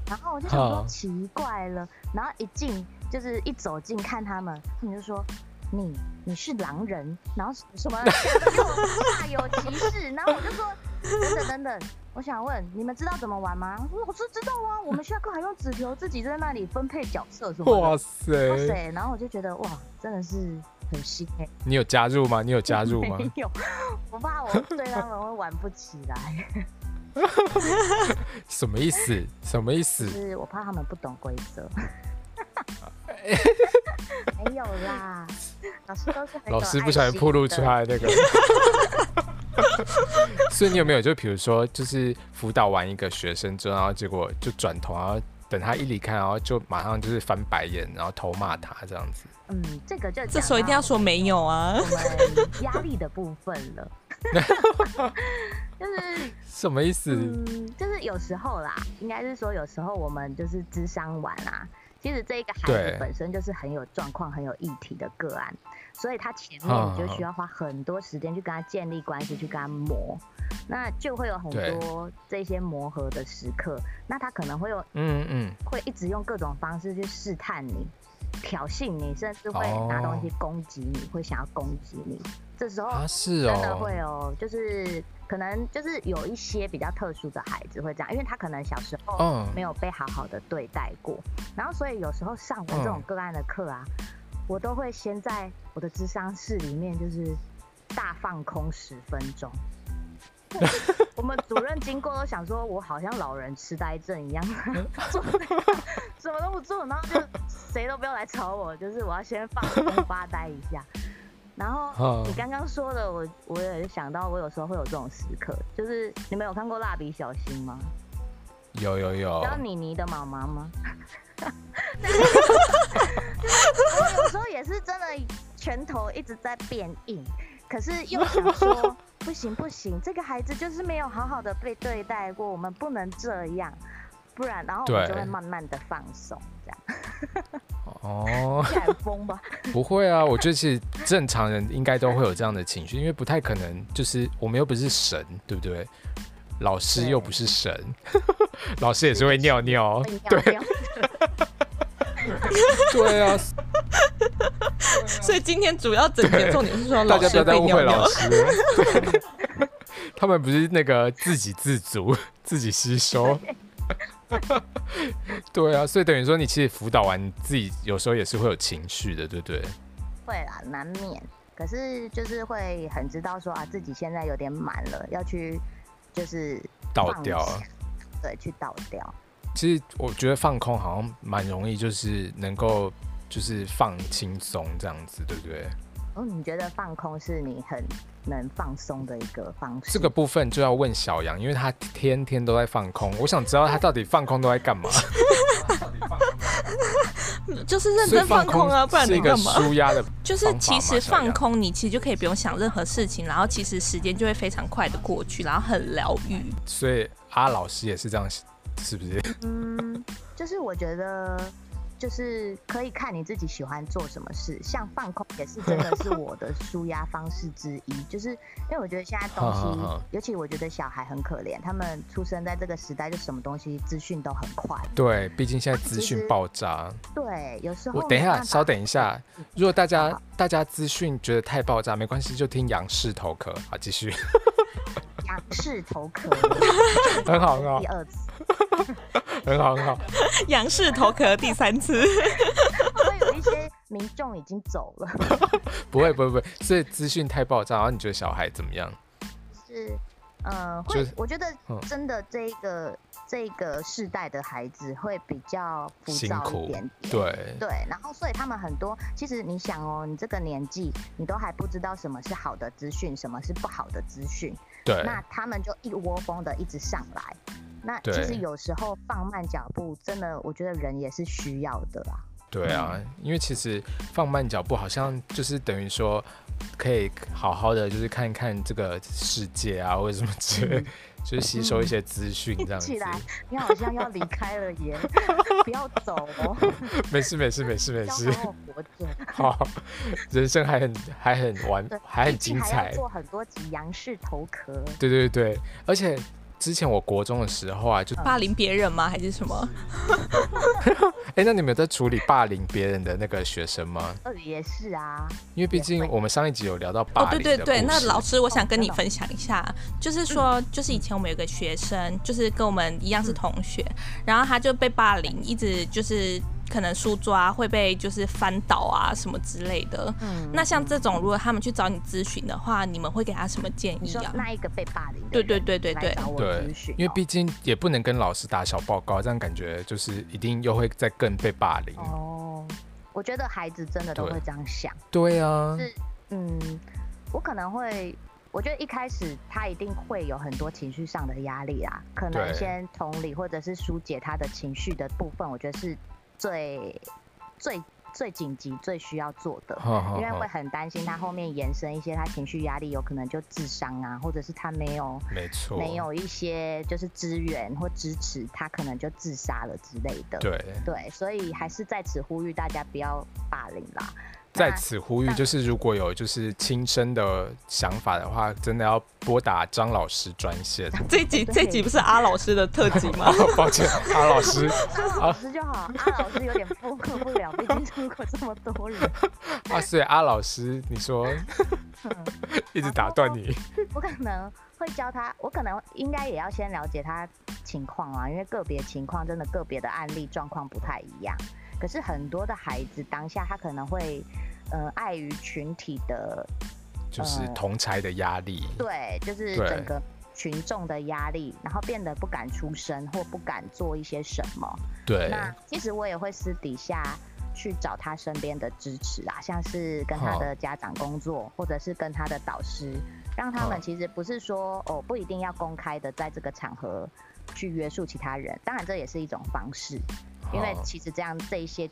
S1: 然后我就想说
S2: 嗯
S1: 奇怪了，然后一进就是一走近看他们，他们就说你你是狼人，然后什么 煞有其事，然后我就说等等等等。我想问，你们知道怎么玩吗？我说我是知道啊，我们下课还用纸条自己在那里分配角色什么
S2: 哇
S1: 的。哇
S2: 塞！
S1: 塞！然后我就觉得哇，真的是很新哎、
S2: 你有加入吗？你有加入吗
S1: 没？有，啊我怕我对他们会玩不起来。
S2: 什么意思？什么意思
S1: 就？是我怕他们不懂规 则。没有啦，老师都是很有
S2: 老师不小心暴露出
S1: 爱
S2: 来那个。 所以你有没有就比如说，就是辅导完一个学生之后，然后结果就转头，然后等他一离开，然后就马上就是翻白眼，然后头骂他这样子。
S1: 心的。嗯，这个就
S3: 这时候一定要说没有啊
S1: 讲！到我们压力的部分 了。就是
S2: 什么意思？
S1: 嗯，就是有时候啦，应该是说有时候我们就是智商完啦。其实这一个孩
S2: 对
S1: 子本身就是很有状况、很有议题的个案，所以他前面你就需要花很多时间去跟他建立关系，去跟他磨，那就会有很
S2: 对
S1: 多这些磨合的时刻。那他可能会有
S2: 嗯嗯，
S1: 会一直用各种方式去试探你、挑衅你，甚至会
S2: 哦
S1: 拿东西攻击你，会想要攻击你。这时候
S2: 啊是
S1: 真的会
S2: 哦，
S1: 哦，就是可能就是有一些比较特殊的孩子会这样，因为他可能小时候
S2: 嗯，
S1: 没有被好好的对待过，然后所以有时候上完这种
S2: 嗯
S1: 个案的课啊，我都会先在我的智商室里面就是大放空十分 钟。我们主任经过都想说，我好像老人痴呆症一样， 坐在那什么都不做，然后就谁都不要来吵我，就是我要先放空发呆一下。然后
S2: 嗯
S1: 你刚刚说的，我我也想到，我有时候会有这种时刻，就是你们有看过《蜡笔小新》吗？
S2: 有有有
S1: 知，道妮妮的妈妈 吗？我有时候也是真的拳头一直在变硬，可是又想说不行不行，这个孩子就是没有好好的被对待过，我们不能这样。不然然后我们就
S2: 对
S1: 会慢慢的放松，这 样
S2: 哦，
S1: 现在很疯吧？
S2: 不会啊，我觉得其实正常人应该都会有这样的情绪，因为不太可能，就是我们又不是神，对不对？老师
S1: 对
S2: 又不是神，老师也是会尿尿，
S1: 会尿
S2: 对
S1: 尿，
S2: 对啊，
S3: 所以今天主要整节重点是说
S2: 啊大
S3: 老
S2: 家不要再
S3: 师被
S2: 误
S3: 尿
S2: 会
S3: 尿
S2: 老
S3: 了。
S2: 师，对他们不是那个自给自足、自己吸收。对啊，所以等于说你其实辅导完你自己，有时候也是会有情绪的，对不对？
S1: 会啦，难免。可是就是会很知道说啊，自己现在有点满了，要去就是
S2: 倒
S1: 放
S2: 掉啊
S1: 下，对，去倒掉。
S2: 其实我觉得放空好像蛮容易，就是能够就是放轻松这样子，对不对？
S1: 哦，你觉得放空是你很能放松的一个方式？
S2: 这个部分就要问小杨，因为他天天都在放空，我想知道他到底放空都在干嘛。
S3: 就是认
S2: 所以
S3: 真放空啊，不然
S2: 是一
S3: 能
S2: 个
S3: 干嘛？
S2: 舒压的
S3: 就是
S2: 方法
S3: 其
S2: 嘛
S3: 实
S2: 小
S3: 放
S2: 杨
S3: 空，你其实就可以不用想任何事情，然后其实时间就会非常快的过去，然后很疗愈。
S2: 所以阿老师也是这样，是不是？
S1: 嗯，就是我觉得，就是可以看你自己喜欢做什么事，像放空也是真的是我的舒压方式之一。就是因为我觉得现在东
S2: 好好好
S1: 西，尤其我觉得小孩很可怜，他们出生在这个时代，就什么东西资讯都很快。
S2: 对，毕竟现在资
S1: 其
S2: 讯
S1: 实
S2: 爆炸。
S1: 对，有时候
S2: 我等一
S1: 没
S2: 下，
S1: 办法
S2: 稍等一下。如果大家
S1: 好
S2: 大家资讯觉得太爆炸，没关系，就听杨氏头壳。好，继续，
S1: 仰视头壳，
S2: 很好， 很好
S1: 第，二次，
S2: 很好，很好。
S3: 仰视头壳第三 次，
S1: 会有一些民众已经走了。
S2: 不会，不会，不会。所以资讯太爆炸，然后你觉得小孩怎么样？
S1: 是，呃，
S2: 就
S1: 会
S2: 是，
S1: 我觉得
S2: 嗯
S1: 真的这一个、这个世代的孩子会比较浮
S2: 辛
S1: 躁一
S2: 苦
S1: 点点。。
S2: 对，
S1: 对，然后所以他们很多，其实你想哦，你这个年纪，你都还不知道什么是好的资讯，什么是不好的资讯，
S2: 对，
S1: 那他们就一窝蜂的一直上来。那其
S2: 对
S1: 实有时候放慢脚步，真的，我觉得人也是需要的啦。
S2: 对啊，因为其实放慢脚步，好像就是等于说，可以好好的就是看一看这个世界啊，或者什么之
S1: 嗯
S2: 类， 就是吸收一些资讯这样子
S1: 起。来，你好像要离开了耶， 不要走 哦，
S2: 没事，没事，没事，没
S1: 要
S2: 事。
S1: 好好活着。
S2: 好， 人生还很还很完
S1: 对，，
S2: 还很
S1: 毕竟
S2: 精
S1: 还
S2: 彩
S1: 要。做很多集杨氏头壳。
S2: 对对对，而且之前我国中的时候啊，
S1: 嗯
S2: 就
S3: 霸凌别人吗？还是什么？
S2: 哎，那你们有在处理霸凌别人的那个学生吗？
S1: 呃，也是啊，
S2: 因为毕竟我们上一集有聊到
S3: 哦
S2: 霸，
S3: 对
S2: 凌
S3: 对
S2: 的故
S3: 对，
S2: 事
S3: 那老师，我想跟你
S1: 真的哦
S3: 分享一下，就是说，就是以前我们有个学生，就是跟我们一样是同学，然后他就被霸凌，一直就是可能书桌啊会被就是翻倒啊什么之类的。
S1: 嗯，
S3: 那像这种，如果他们去找你咨询的话，你们会给他什么建
S1: 你
S3: 议
S1: 说
S3: 啊？
S1: 那一个被霸凌的人，
S3: 对对对对对
S1: 来找我
S2: 对
S1: 咨询哦，，
S2: 因为毕竟也不能跟老师打小报告，这样感觉就是一定又会再更被霸凌。
S1: 哦，我觉得孩子真的都
S2: 对
S1: 会这样想。
S2: 对啊，
S1: 是嗯，我可能会，我觉得一开始他一定会有很多情绪上的压力啦，可
S2: 对
S1: 能先同理或者是疏解他的情绪的部分，我觉得是最最最紧急、最需要做的。
S2: 好好
S1: 因为会
S2: 好，
S1: 很担心他后面延伸一些他情绪压力，有可能就智商啊，或者是他没有
S2: 没错，
S1: 没有一些就是资源或支持，他可能就自杀了之类的。
S2: 对。
S1: 对，所以还是在此呼吁大家不要霸凌啦。
S2: 在
S1: 那
S2: 此呼吁，就是如果有就是亲身的想法的话，真的要拨打张老师专 线。
S3: 这一集
S1: 对
S3: 这一集不是阿老师的特辑吗？
S2: 抱歉，阿老师，
S1: 阿老师就好，阿老师有点负荷不 了，毕竟中国这么多人。
S2: 啊，所以阿老师，你说
S1: 嗯
S2: 一直打断你，
S1: 我可能会教他，我可能应该也要先了解他情况啊，因为个别情况真的个别的案例状况不太一样。可是很多的孩子当下他可能会，呃，碍于群体的
S2: 就是同才的压力，
S1: 对，就是
S2: 对
S1: 整个群众的压力，然后变得不敢出声或不敢做一些什么。
S2: 对，
S1: 那其实我也会私底下去找他身边的支持啊，像是跟他
S2: 好
S1: 的家长工作，或者是跟他的导师，让他
S2: 好
S1: 们其实不是说哦不一定要公开的在这个场合去约束其他人，当然这也是一种方式，因为
S2: 好
S1: 其实这样这一些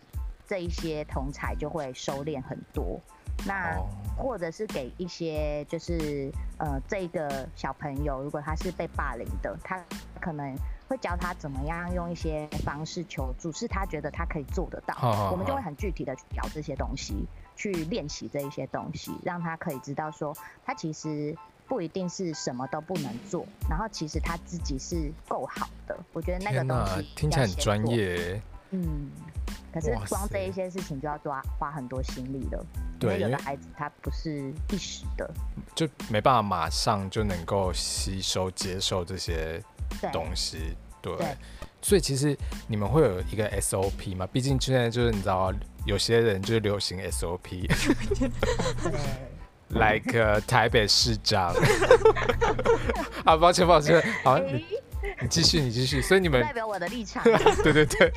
S1: 这一些同才就会收敛很多。那
S2: 哦
S1: 或者是给一些就是呃这个小朋友，如果他是被霸凌的，他可能会教他怎么样用一些方式求助，是他觉得他可以做得到。
S2: 好好
S1: 我们就
S2: 好
S1: 会很具体的去聊这些东西，去练习这一些东西，让他可以知道说，他其实不一定是什么都不能做，然后其实他自己是够好的。我觉得那个
S2: 天
S1: 东
S2: 哪
S1: 西，
S2: 听起
S1: 要
S2: 来很
S1: 先
S2: 专
S1: 做
S2: 业耶。
S1: 嗯，可是
S2: 哇
S1: 光这
S2: 塞
S1: 一些事情就要抓花很多心力了。
S2: 对
S1: 因为有
S2: 因
S1: 的
S2: 为
S1: 孩子他不是一时的，
S2: 就没办法马上就能够吸收接受这些
S1: 对
S2: 东西，对。
S1: 对
S2: 所以其实你们会有一个 SOP 吗？毕竟现在就是你知道，有些人就是流行 SOP，like
S1: 对，
S2: 呃台北市长。 啊，抱歉抱歉，好，你
S1: 诶
S2: 你继续你继续。所以你
S1: 不
S2: 们
S1: 代表我的立 场，
S2: 对对对，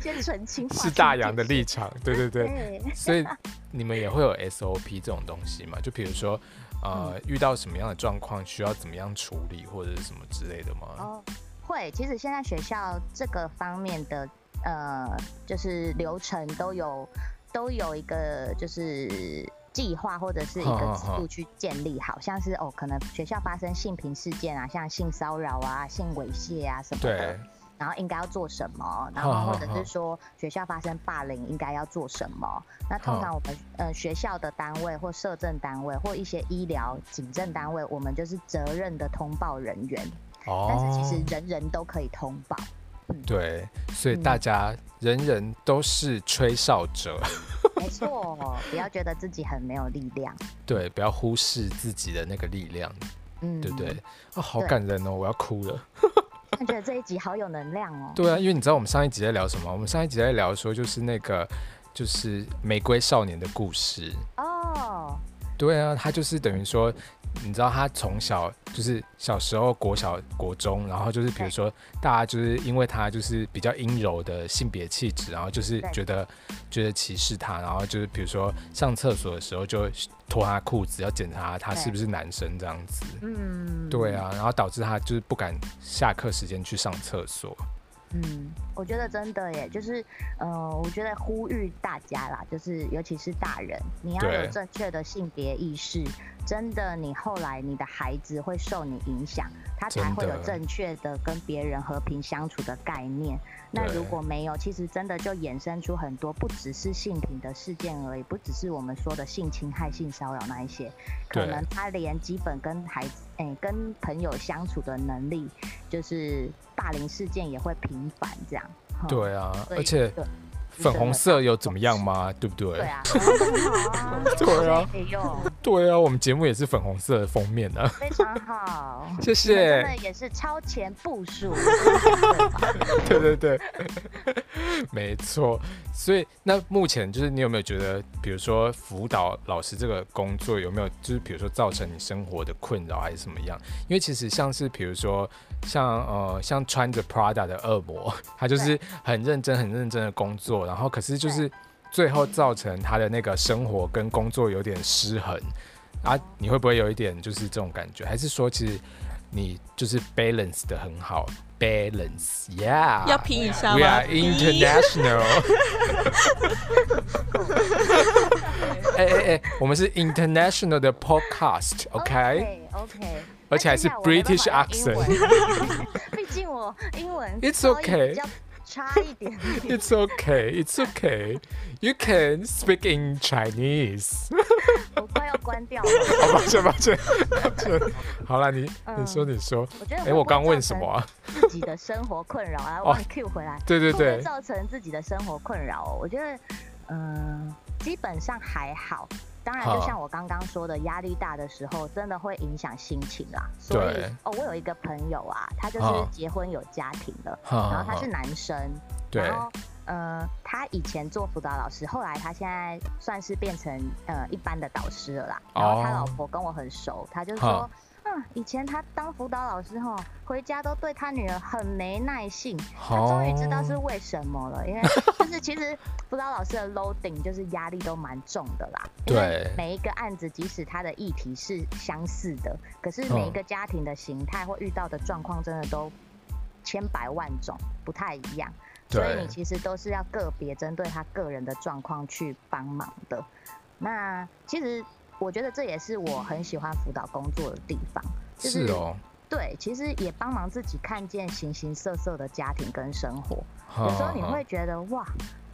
S1: 先澄清。
S2: 是大洋的立场，对对对。
S1: 对，
S2: 所以你们也会有 SOP 这种东西嘛？就比如说，
S1: 嗯
S2: 呃，遇到什么样的状况需要怎么样处理，或者是什么之类的吗？
S1: 哦，会。其实现在学校这个方面的呃，就是流程都有都有一个就是计划或者是一
S2: 哼
S1: 个
S2: 哼
S1: 制
S2: 哼
S1: 度去建立好，像是哦，可能学校发生性平事件啊，像性骚扰啊、性猥亵啊什么的
S2: 对。
S1: 然后应该要做什么，然
S2: 哼
S1: 后
S2: 哼
S1: 或者
S2: 哼
S1: 是说学校发生霸凌应该要做什么。那通常我们呃学校的单位或社政单位或一些医疗警政单位，我们就是责任的通报人员，
S2: 哦，
S1: 但是其实嗯人人都可以通 报。
S2: 对，所以大家人人都是吹哨者，
S1: 嗯没错，不要觉得自己很没有力量。
S2: 对，不要忽视自己的那个力量，
S1: 嗯，
S2: 对不对？？啊，好
S1: 对
S2: 感人哦，我要哭了。
S1: 但觉得这一集好有能量哦。
S2: 对啊，因为你知道我们上一集在聊什么？我们上一集在聊说就是那个就是玫瑰少年的故事。
S1: 哦，
S2: 对啊，他就是等于说，你知道他从小就是小时候国小国中，然后就是比如说大家就是因为他就是比较阴柔的性别气质，然后就是
S1: 对
S2: 觉得觉得歧视他，然后就是比如说上厕所的时候就脱他裤子要检查他
S1: 对
S2: 是不是男生这样子。
S1: 嗯，
S2: 对，啊，然后导致他就是不敢下课时间去上厕所。
S1: 嗯，我觉得真的耶，就是，呃，我觉得呼吁大家啦，就是尤其是大人，你要
S2: 对
S1: 有正确的性别意识，真的，你后来你的孩子会受你影响，他才
S2: 真
S1: 会
S2: 的
S1: 有正确的跟别人和平相处的概念。那
S2: 对
S1: 如果没有，其实真的就衍生出很多不只是性平的事件而已，不只是我们说的性侵害、性骚扰那一些，可
S2: 对
S1: 能他连基本跟孩子、哎跟朋友相处的能力，就是霸凌事件也会频繁这样。哼，
S2: 对啊，
S1: 所以
S2: 而且
S1: 对
S2: 粉红色有怎么样吗？对不对？
S1: 对啊，很好 啊
S2: 对啊，
S1: 可以用，
S2: 对啊，我们节目也是粉红色的封面啊，
S1: 非常好。 你们
S2: 谢
S1: 真
S2: 谢
S1: 的。也是超前部署，
S2: 对对对，没错。所以那目前就是你有没有觉得，比如说辅导老师这个工作有没有就是比如说造成你生活的困扰还是什么样？因为其实像是比如说像呃像穿着 Prada 的恶魔，他就是很认真很认真的工作，然后可是就是最后造成他的那个生活跟工作有点失衡啊，你会不会有一点就是这种感觉？还是说其实你就是 balance 的很好？balance，yeah，
S3: 要拼一下
S2: 啊 We are
S3: 吗？E？咦
S2: international 哎哎哎，Eh, 我们是 international 的 podcast，OK？、
S1: OK，
S2: 而且还是 British
S1: accent，毕 竟我英文
S2: It's
S1: 稍微
S2: okay
S1: 比较差一点。
S2: It's okay, it's okay. You can speak in Chinese.
S1: 我快要关掉了。
S2: 好，抱歉，抱歉，抱歉。好了，你你
S1: 嗯
S2: 说，你说。
S1: 我觉得
S2: 哎、
S1: 会不
S2: 我
S1: 会
S2: 刚问
S1: 造
S2: 什
S1: 成
S2: 么啊？
S1: 自己的生活困扰啊，忘 Q 回来，
S2: 对对
S1: 会不会
S2: 对
S1: 造成自己的生活困扰哦、我觉得，嗯、基本上还好。当然，就
S2: 好
S1: 像我刚刚说的，压力大的时候，真的会影响心情啦。所以
S2: 对，
S1: 哦，我有一个朋友啊，他就
S2: 好
S1: 是结婚有家庭了，
S2: 好
S1: 然
S2: 好
S1: 后他
S2: 好
S1: 是，男生，
S2: 对
S1: 然后呃，他以前做辅导老师，后来他现在算是变成呃一般的导师了啦。然后他
S2: 哦
S1: 老婆跟我很熟，他就
S2: 哈
S1: 说，嗯，以前他当辅导老师哈，回家都对他女儿很没耐性。他终于知道是
S2: 哦
S1: 为什么了，因为 就是其实辅导老师的 loading 就是压力都蛮重的啦。因为
S2: 对
S1: 每一个案子，即使它的议题是相似的，可是每一
S2: 嗯
S1: 个家庭的形态或遇到的状况，真的都千百万种，不太一样。所以
S2: 对
S1: 你其实都是要个别针对他个人的状况去帮忙的。那其实我觉得这也是我很喜欢辅导工作的地方，就是
S2: 哦，
S1: 对，其实也帮忙自己看见形形色色的家庭跟生活。
S2: 有
S1: 有时候你会觉得哇，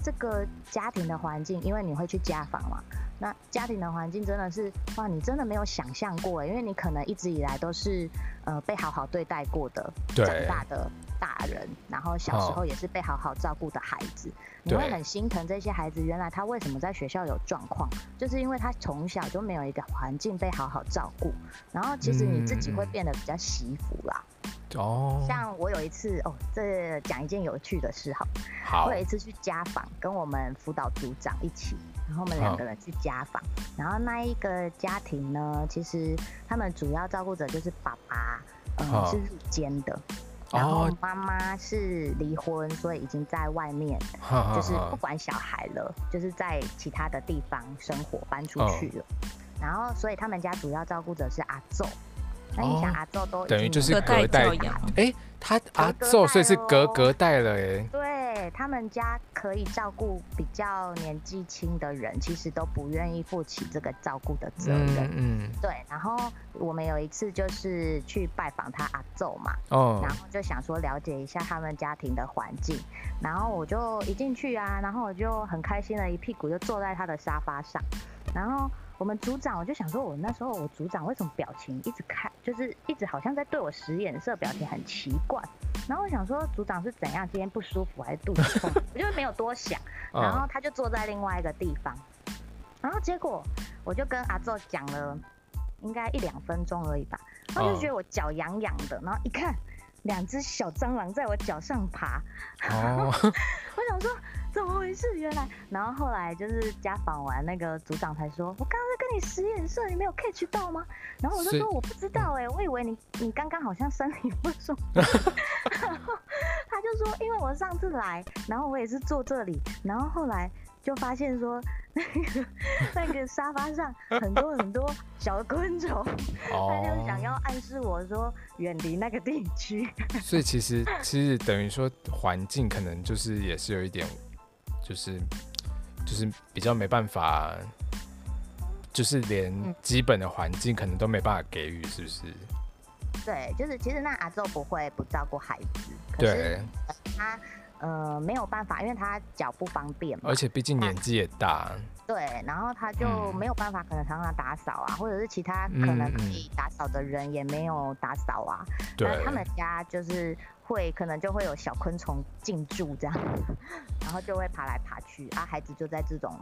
S1: 这个家庭的环境，因为你会去家访嘛，那家庭的环境真的是哇，你真的没有想象过欸，因为你可能一直以来都是呃被好好对待过的
S2: 对哦
S1: 长大的大人，然后小时候也是被好好照顾的孩子，你会
S2: 对
S1: 很心疼这些孩子，原来他为什么在学校有状况，就是因为他从小就没有一个环境被好好照顾，然后其实你自己会
S2: 嗯
S1: 变得比较惜福啦。
S2: 哦，
S1: 像我有一次哦，这讲一件有趣的事好了。
S2: 好
S1: 我有一次去家访，跟我们辅导组长一起，然后我们两个人去家访。然后那一个家庭呢，其实他们主要照顾者就是爸爸，嗯、
S2: 嗯
S1: 是入监的，然后
S2: 哦，
S1: 妈妈是离婚，所以已经在外面，
S2: 哈
S1: 就是
S2: 哈
S1: 不管小孩了，就是在其他的地方生活，搬出
S2: 哦
S1: 去了。然后，所以他们家主要照顾者是阿宙。那你想
S2: 哦
S1: 阿宙都已
S2: 等于
S1: 经
S2: 就是
S1: 有
S2: 隔
S1: 一个
S2: 代
S1: 小孩
S3: 教养
S2: 哎，他阿
S1: 隔
S2: 宙，
S1: 代哦
S2: 所以是隔
S1: 咯
S2: 隔代了哎，
S1: 对他们家可以照顾比较年纪轻的人，其实都不愿意负起这个照顾的责任。
S2: 嗯嗯
S1: 对，然后我们有一次就是去拜访他阿昼嘛，
S2: 哦
S1: 然后就想说了解一下他们家庭的环境，然后我就一进去啊，然后我就很开心的一屁股就坐在他的沙发上，然后我们组长我就想说，我那时候我组长为什么表情一直看，就是一直好像在对我使眼色，表情很奇怪，然后我想说组长是怎样，今天不舒服还是肚子痛， 我就没有多想，然后
S2: 嗯
S1: 他就坐在另外一个地方，然后结果我就跟阿宙讲了，应该一两分钟而已吧，他就
S2: 嗯
S1: 觉得我脚痒痒的，然后一看，两只小蟑螂在我脚上爬，
S2: 哦，
S1: 我想说怎么回事？原来，然后后来就是家访完，那个组长才说，我刚刚在跟你使眼色，你没有 catch 到吗？然后我就
S2: 所以
S1: 说我不知道哎、我以为你你刚刚好像身体不舒服。 然后他就说，因为我上次来，然后我也是坐这里，然后后来就发现说。那个那个沙发上很多很多小昆 虫，
S2: 哦
S1: 他 就是想要暗示我说远离那个地区。
S2: 所以其实其实等于说环境可能就是也是有一点，就是就是比较没办法，就是连基本的环境可能都没办法给予，是不是？
S1: 对，就是其实那阿宙不会不照顾孩子，可是
S2: 对，
S1: 他呃没有办法，因为他脚不方便嘛
S2: 而，且毕竟年纪也大，
S1: 对，然后他就
S2: 嗯
S1: 没有办法，可能常常打扫啊，或者是其他可能可以打扫的人也没有打扫啊，
S2: 嗯对，
S1: 那他们家就是会可能就会有小昆虫进驻这样，然后就会爬来爬去啊，孩子就在这种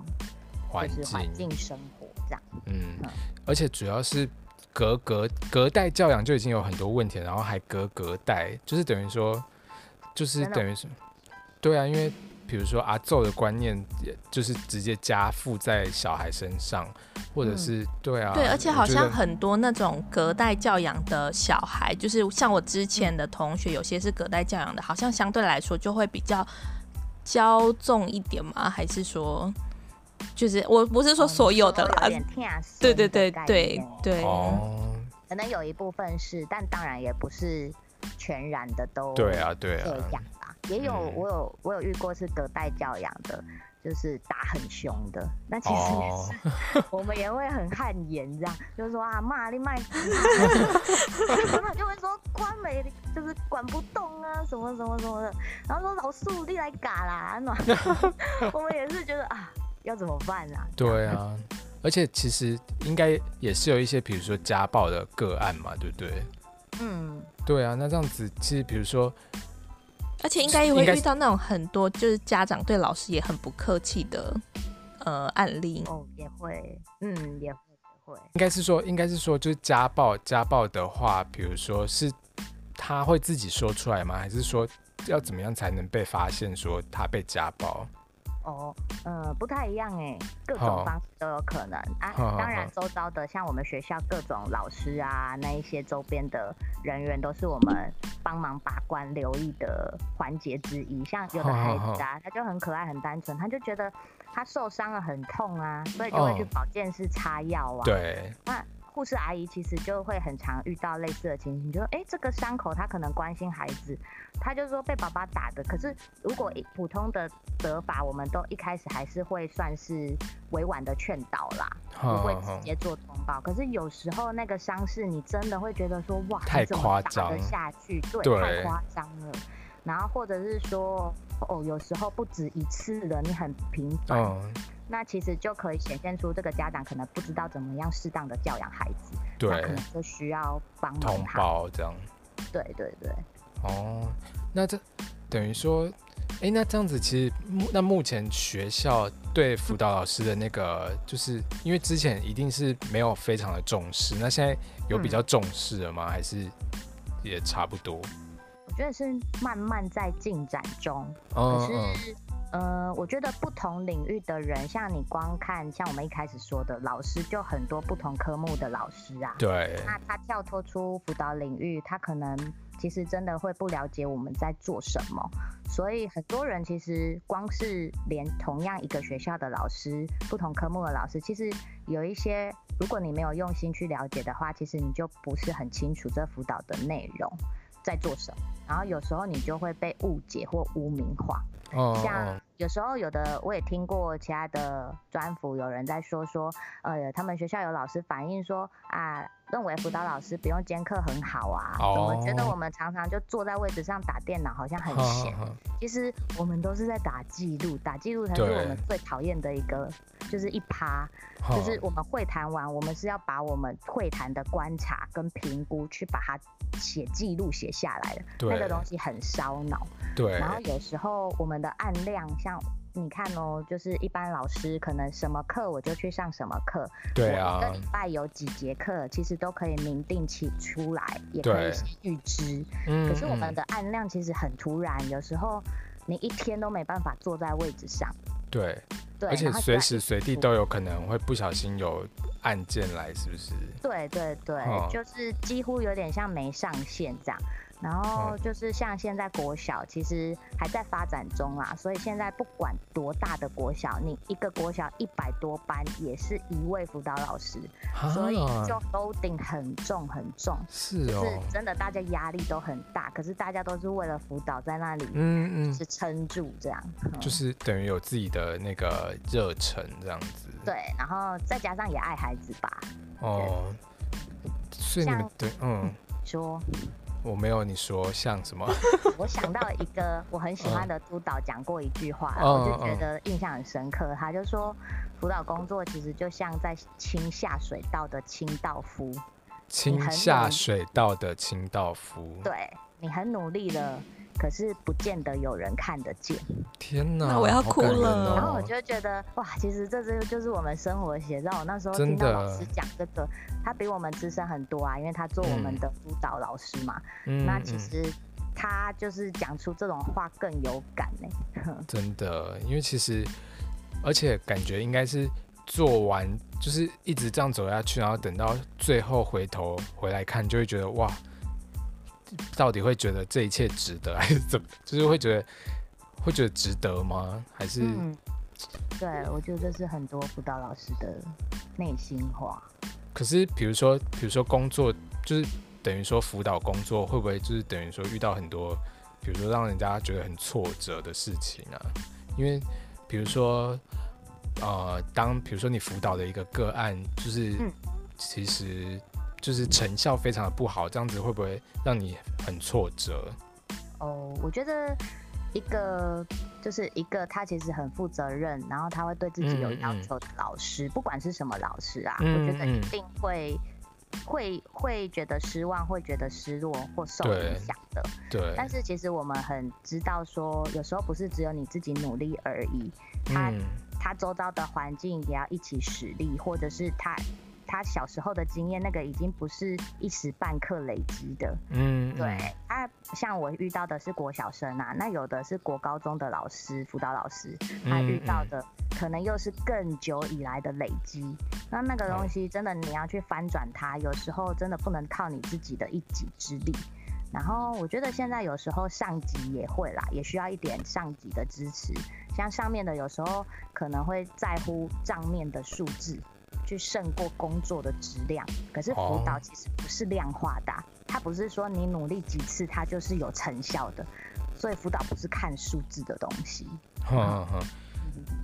S2: 环
S1: 就是环
S2: 境
S1: 境，生活这样，
S2: 嗯
S1: 嗯，
S2: 而且主要是隔隔隔代教养就已经有很多问题了，然后还隔隔代，就是等于说，就是
S1: 真的
S2: 等于是，对啊，因为比如说阿宙的观念，也就是直接加附在小孩身上，或者是、对啊，
S3: 对，而且
S2: 我
S3: 好
S2: 觉
S3: 像
S2: 得
S3: 很多那种隔代教养的小孩，就是像我之前的同学，有些是隔代教养的，好像相对来说就会比较骄纵一点嘛，还是说，就是我不是说所有的
S1: 哦
S3: 啦啊
S1: 你说有，点疼惜
S3: 对对对
S1: 的概
S3: 对
S1: 念
S3: 对，
S2: 哦，
S1: 可能有一部分是，但当然也不是全然的都
S2: 对啊，对
S1: 这
S2: 啊，
S1: 样吧。也有、
S2: 嗯
S1: 我有我有遇过是隔代教养的，就是打很凶的，那其实也
S2: 哦
S1: 是、 我们也会很汗颜这样，就是说啊骂你卖， 他们就会说关没就是管不动啊什么什么什么的，然后说老树你来嘎 啦，那我们也是觉得啊要怎么办啊？
S2: 对啊，而且其实应该也是有一些，比如说家暴的个案嘛，对不对？
S1: 嗯，
S2: 对啊，那这样子，其实比如说
S3: 而且应该也会
S2: 应该
S3: 遇到那种很多就是家长对老师也很不客气的呃案例。
S1: 哦也会，嗯也会也会。
S2: 应该是说，应该是说，就是家暴，家暴的话，比如说是他会自己说出来吗？还是说要怎么样才能被发现说他被家暴？
S1: 哦，呃，不太一样哎，各
S2: 好
S1: 种方式都有可能啊。
S2: 好好
S1: 当然
S2: 好，
S1: 周遭的像我们学校各种老师啊，那一些周边的人员都是我们帮忙把关留意的环节之一。像有的
S2: 好好
S1: 孩
S2: 好
S1: 子啊，他就很可爱、很单纯，他就觉得他受伤了很痛啊，所以就会去
S2: 哦
S1: 保健室擦药啊。
S2: 对，
S1: 那护士阿姨其实就会很常遇到类似的情形，就是哎、诶这个伤口她可能关心孩子，她就说被爸爸打的。可是如果一普通的责罚，我们都一开始还是会算是委婉的劝导啦，不会直
S2: 哦
S1: 接做通报。可是有时候那个伤势，你真的会觉得说哇，
S2: 太
S1: 你怎么
S2: 夸
S1: 打得
S2: 张
S1: 下去，对，
S2: 对
S1: 太夸张了。然后或者是说哦，有时候不止一次了，你很频繁。
S2: 嗯，
S1: 那其实就可以显现出这个家长可能不知道怎么样适当的教养孩子，那可
S2: 对
S1: 能，就需要帮忙
S2: 通
S1: 他。
S2: 报这样。
S1: 对对对，
S2: 哦，那这等于说，诶，那这样子其实目那目前学校对辅导老师的那个，就是因为之前一定是没有非常的重视，那现在有比较
S1: 嗯
S2: 重视了吗？还是也差不多？
S1: 我觉得是慢慢在进展中，可
S2: 嗯嗯
S1: 是。呃，我觉得不同领域的人，像你光看，像我们一开始说的，老师就很多不同科目的老师啊。
S2: 对，
S1: 那他跳脱出辅导领域，他可能其实真的会不了解我们在做什么，所以很多人其实光是连同样一个学校的老师，不同科目的老师，其实有一些，如果你没有用心去了解的话，其实你就不是很清楚这辅导的内容在做什么，然后有时候你就会被误解或污名化。
S2: 嗯
S1: 像
S2: 嗯，
S1: 有时候有的我也听过其他的专辅有人在说说，呃，他们学校有老师反映说啊，认为辅导老师不用兼课很好啊，怎么觉得
S2: 哦
S1: 我们常常就坐在位置上打电脑好像很
S2: 好
S1: 闲？
S2: 好好
S1: 其实我们都是在打记录，打记录才是
S2: 对哦
S1: 我们最讨厌的一个，就是一趴，
S2: 好
S1: 就是我们会谈完，我们是要把我们会谈的观察跟评估去把它写记录写下来的，那个
S2: 对
S1: 东西很烧脑。
S2: 对，
S1: 然后有时候我们的案量，像你看哦，就是一般老师可能什么课我就去上什么课，
S2: 对
S1: 我
S2: 啊
S1: 一个，礼拜有几节课，其实都可以明定期出来，也可以
S2: 对
S1: 先预知。
S2: 嗯
S1: 可是我们
S2: 嗯
S1: 的案量其实很突然，有时候你一天都没办法坐在位置上，
S2: 对，
S1: 对，
S2: 而且
S1: 然后
S2: 随
S1: 再
S2: 时随地都有可能会不小心有案件来，是不是？
S1: 对对对，
S2: 哦
S1: 就是几乎有点像没上线这样。然后就是像现在国小其实还在发展中啦，所以现在不管多大的国小，你一个国小一百多班也是一位辅导老师，所以
S2: 啊
S1: 就 loading 很重很重，
S2: 是
S1: 就
S2: 哦
S1: 是，真的大家压力都很大，可是大家都是为了辅导在那里
S2: 嗯嗯
S1: 就，是撑住这样，嗯
S2: 就是等于有自己的那个热忱这样子。
S1: 对，然后再加上也爱孩子吧，
S2: 哦，所以你们
S1: 像
S2: 对，嗯，
S1: 说
S2: 我没有你说像什么
S1: 我想到一个我很喜欢的督导讲过一句话，
S2: 嗯
S1: 我就觉得印象很深刻。他就说，辅导工作其实就像在清下水道的清道夫，
S2: 嗯清
S1: 很
S2: 下
S1: 冷
S2: 水道的清道夫。
S1: 对你很努力了，可是不见得有人看得见。
S2: 嗯天哪，
S3: 那我要
S2: 好
S3: 哭
S2: 感人
S3: 了
S1: 然后我
S2: 哦
S1: 就觉得哇，其实这就就是我们生活的写照。我那时候听
S2: 真
S1: 到
S2: 的
S1: 老师讲这个，他比我们资深很多啊，因为他做我们的督导老师嘛。
S2: 嗯
S1: 那其
S2: 嗯
S1: 实他就是讲出这种话更有感欸呢、
S2: 真的，因为其实，而且感觉应该是做完，就是一直这样走下去，然后等到最后回头回来看，就会觉得哇，到底会觉得这一切值得，还是怎么？就是会觉得会觉得值得吗？还是、
S1: 嗯，对，我觉得这是很多辅导老师的内心话。
S2: 可是比如说，比如说工作，就是等于说辅导工作，会不会就是等于说遇到很多，比如说让人家觉得很挫折的事情啊？因为比如说，呃，当比如说你辅导的一个个案，就是、
S1: 嗯
S2: 其实就是成效非常的不好，这样子会不会让你很挫折？
S1: 哦，我觉得一个就是一个他其实很负责任，然后他会对自己有
S2: 嗯嗯
S1: 要
S2: 嗯
S1: 求的老师，不管是什么老师啊，
S2: 嗯
S1: 我觉得一
S2: 嗯
S1: 定会。会会觉得失望，会觉得失落或受影
S2: 对
S1: 响的。
S2: 对，
S1: 但是其实我们很知道说，有时候不是只有你自己努力而已，他
S2: 嗯，
S1: 他周遭的环境也要一起使力，或者是他他小时候的经验，那个已经不是一时半刻累积的。
S2: 嗯，
S1: 对
S2: 嗯，
S1: 他像我遇到的是国小生啊，那有的是国高中的老师、辅导老师，他
S2: 嗯
S1: 遇到
S2: 嗯
S1: 的可能又是更久以来的累积。那那个东西真的你要去翻转它，有时候真的不能靠你自己的一己之力。然后我觉得现在有时候上级也会啦，也需要一点上级的支持。像上面的有时候可能会在乎账面的数字，去胜过工作的质量。可是辅导
S2: 哦
S1: 其实不是量化的啊、它不是说你努力几次它就是有成效的，所以辅导不是看数字的东西。
S2: 哼哼哼。嗯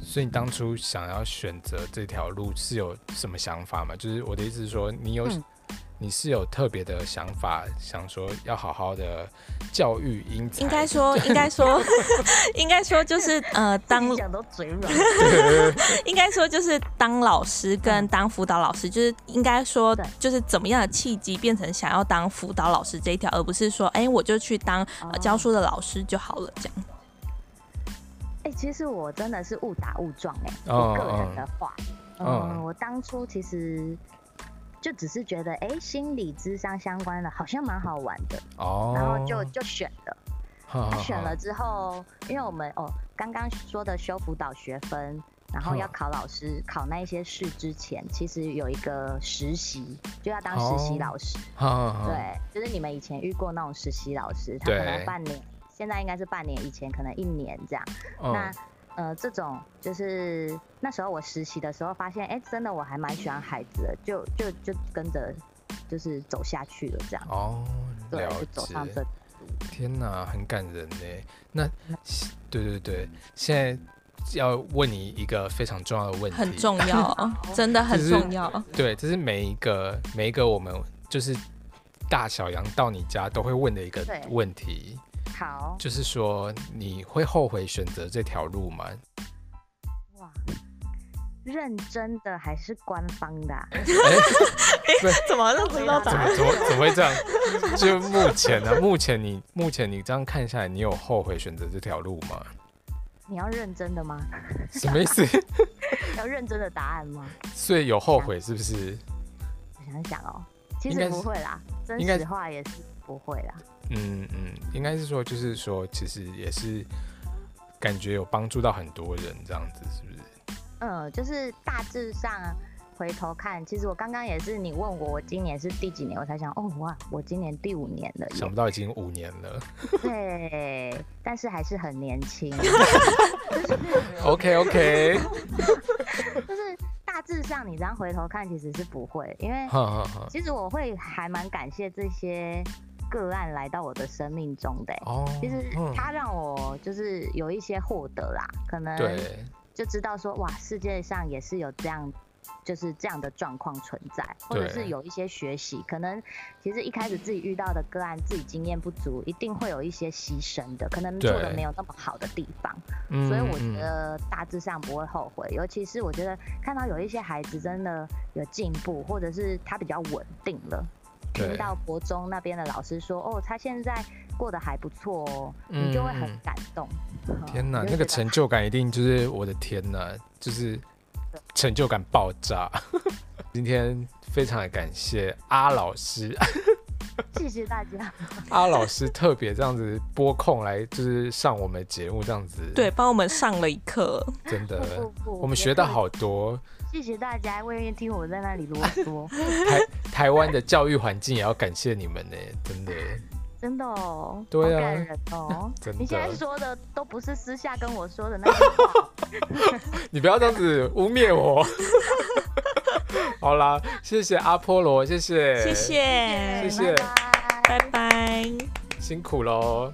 S2: 所以你当初想要选择这条路是有什么想法吗？就是我的意思是说，你有、
S1: 嗯
S2: 你是有特别的想法，想说要好好的教育英才，
S3: 应该说，应该说， 应该说就是呃，当
S1: 自己讲都嘴 软，
S3: 应该说就是当老师跟当辅导老师，就是应该说
S1: 嗯对
S3: 就是怎么样的契机变成想要当辅导老师这一条，而不是说哎、我就去当、呃
S1: 哦
S3: 教书的老师就好了这样。
S1: 哎、其实我真的是误打误撞哎、
S2: 哦
S1: 我个人的话，嗯、
S2: 哦
S1: 我当初其实就只是觉得，哎、心理智商相关的好像蛮好玩的，
S2: 哦，
S1: 然后就就选了。
S2: 哼
S1: 他
S2: 哼
S1: 选
S2: 哼
S1: 了之后，因为我们哦刚刚说的修辅导学分，然后
S2: 哼
S1: 要考老师，考那一些试之前，其实有一个实习，就要当实习
S2: 哦
S1: 老师。
S2: 哼哼哼
S1: 对，就是你们以前遇过那种实习老师，他可
S2: 对
S1: 能半年，现在应该是半年，以前可能一年这样。
S2: 嗯
S1: 那呃，这种就是那时候我实习的时候发现，哎、真的我还蛮喜欢孩子的，就就就跟着就是走下去了这样。
S2: 哦，
S1: 对
S2: 了，
S1: 就走上
S2: 解
S1: 这。嗯
S2: 天哪，很感人呢。那对对对，现在要问你一个非常重要的问题，
S3: 很重
S1: 哦
S3: 要，真的很重要。
S2: 对，这是每一个每一个我们就是大小羊到你家都会问的一个
S1: 对
S2: 问题，
S1: 好，
S2: 就是说你会后悔选择这条路吗？
S1: 哇，认真的还是官方的、啊？
S2: 哎，
S3: 怎么都
S1: 知道
S2: 怎
S1: 吧
S2: 么怎么怎么会这样？就目前呢、目前你目前你这样看下来，你有后悔选择这条路吗？
S1: 你要认真的吗？
S2: 什么意思？
S1: 要认真的答案吗？
S2: 所以有后悔是不是？
S1: 我想想哦，其
S2: 应该
S1: 实
S2: 是
S1: 不会啦，真
S2: 应该
S1: 实
S2: 是
S1: 话也是不会啦。
S2: 嗯嗯，应该是说，就是说，其实也是感觉有帮助到很多人，这样子是不是？
S1: 嗯，就是大致上回头看，其实我刚刚也是你问我，我今年是第几年，我才想，哦哇，我今年第五年了
S2: 想
S1: 耶，
S2: 不到已经五年了。
S1: 对，但是还是很年 轻，
S2: OK OK，
S1: 就是大致上你这样回头看，其实是不会，因 为
S2: 哈哈哈。
S1: 其实我会还蛮感谢这些个案来到我的生命中的欸、
S2: 哦，
S1: 其实
S2: 嗯
S1: 它让我就是有一些获得啦，可能
S2: 对，
S1: 就知道说哇，世界上也是有这样。就是这样的状况存在，或者
S2: 对
S1: 是有一些学习，可能其实一开始自己遇到的个案，自己经验不足，一定会有一些牺牲的，可能做的
S2: 对
S1: 没有那么好的地方，
S2: 嗯
S1: 所以我
S2: 嗯
S1: 觉得大致上不会后悔。尤其是我觉得看到有一些孩子真的有进步，或者是他比较稳定了，听
S2: 嗯对
S1: 到国中那边的老师说，哦，他现在过得还不错哦，你就会很
S2: 嗯
S1: 感动。
S2: 天哪
S1: 哪，，
S2: 那个成就感一定就是我的天哪，就是成就感爆炸。 今天非常的感谢阿老师，
S1: 谢谢大家，
S2: 阿老师特别这样子拨空来，就是上我们的节目这样子，
S3: 对，，帮我们上了一课，
S2: 真的
S1: 不不，不
S2: 我们
S1: 别
S2: 学到
S1: 客气
S2: 好多。
S1: 谢谢大家，我愿意听我在那里啰嗦，
S2: 台 台湾的教育环境也要感谢你们呢，真的。
S1: 真的哦，
S2: 对啊
S1: 好感人哦
S2: 真的。
S1: 你现在说的都不是私下跟我说的那句话，
S2: 你不要这样子污蔑 我。好啦，谢谢阿波罗，谢谢，
S3: 谢，谢，
S2: 谢谢
S1: 拜拜。
S3: 拜拜。
S2: 辛苦喽。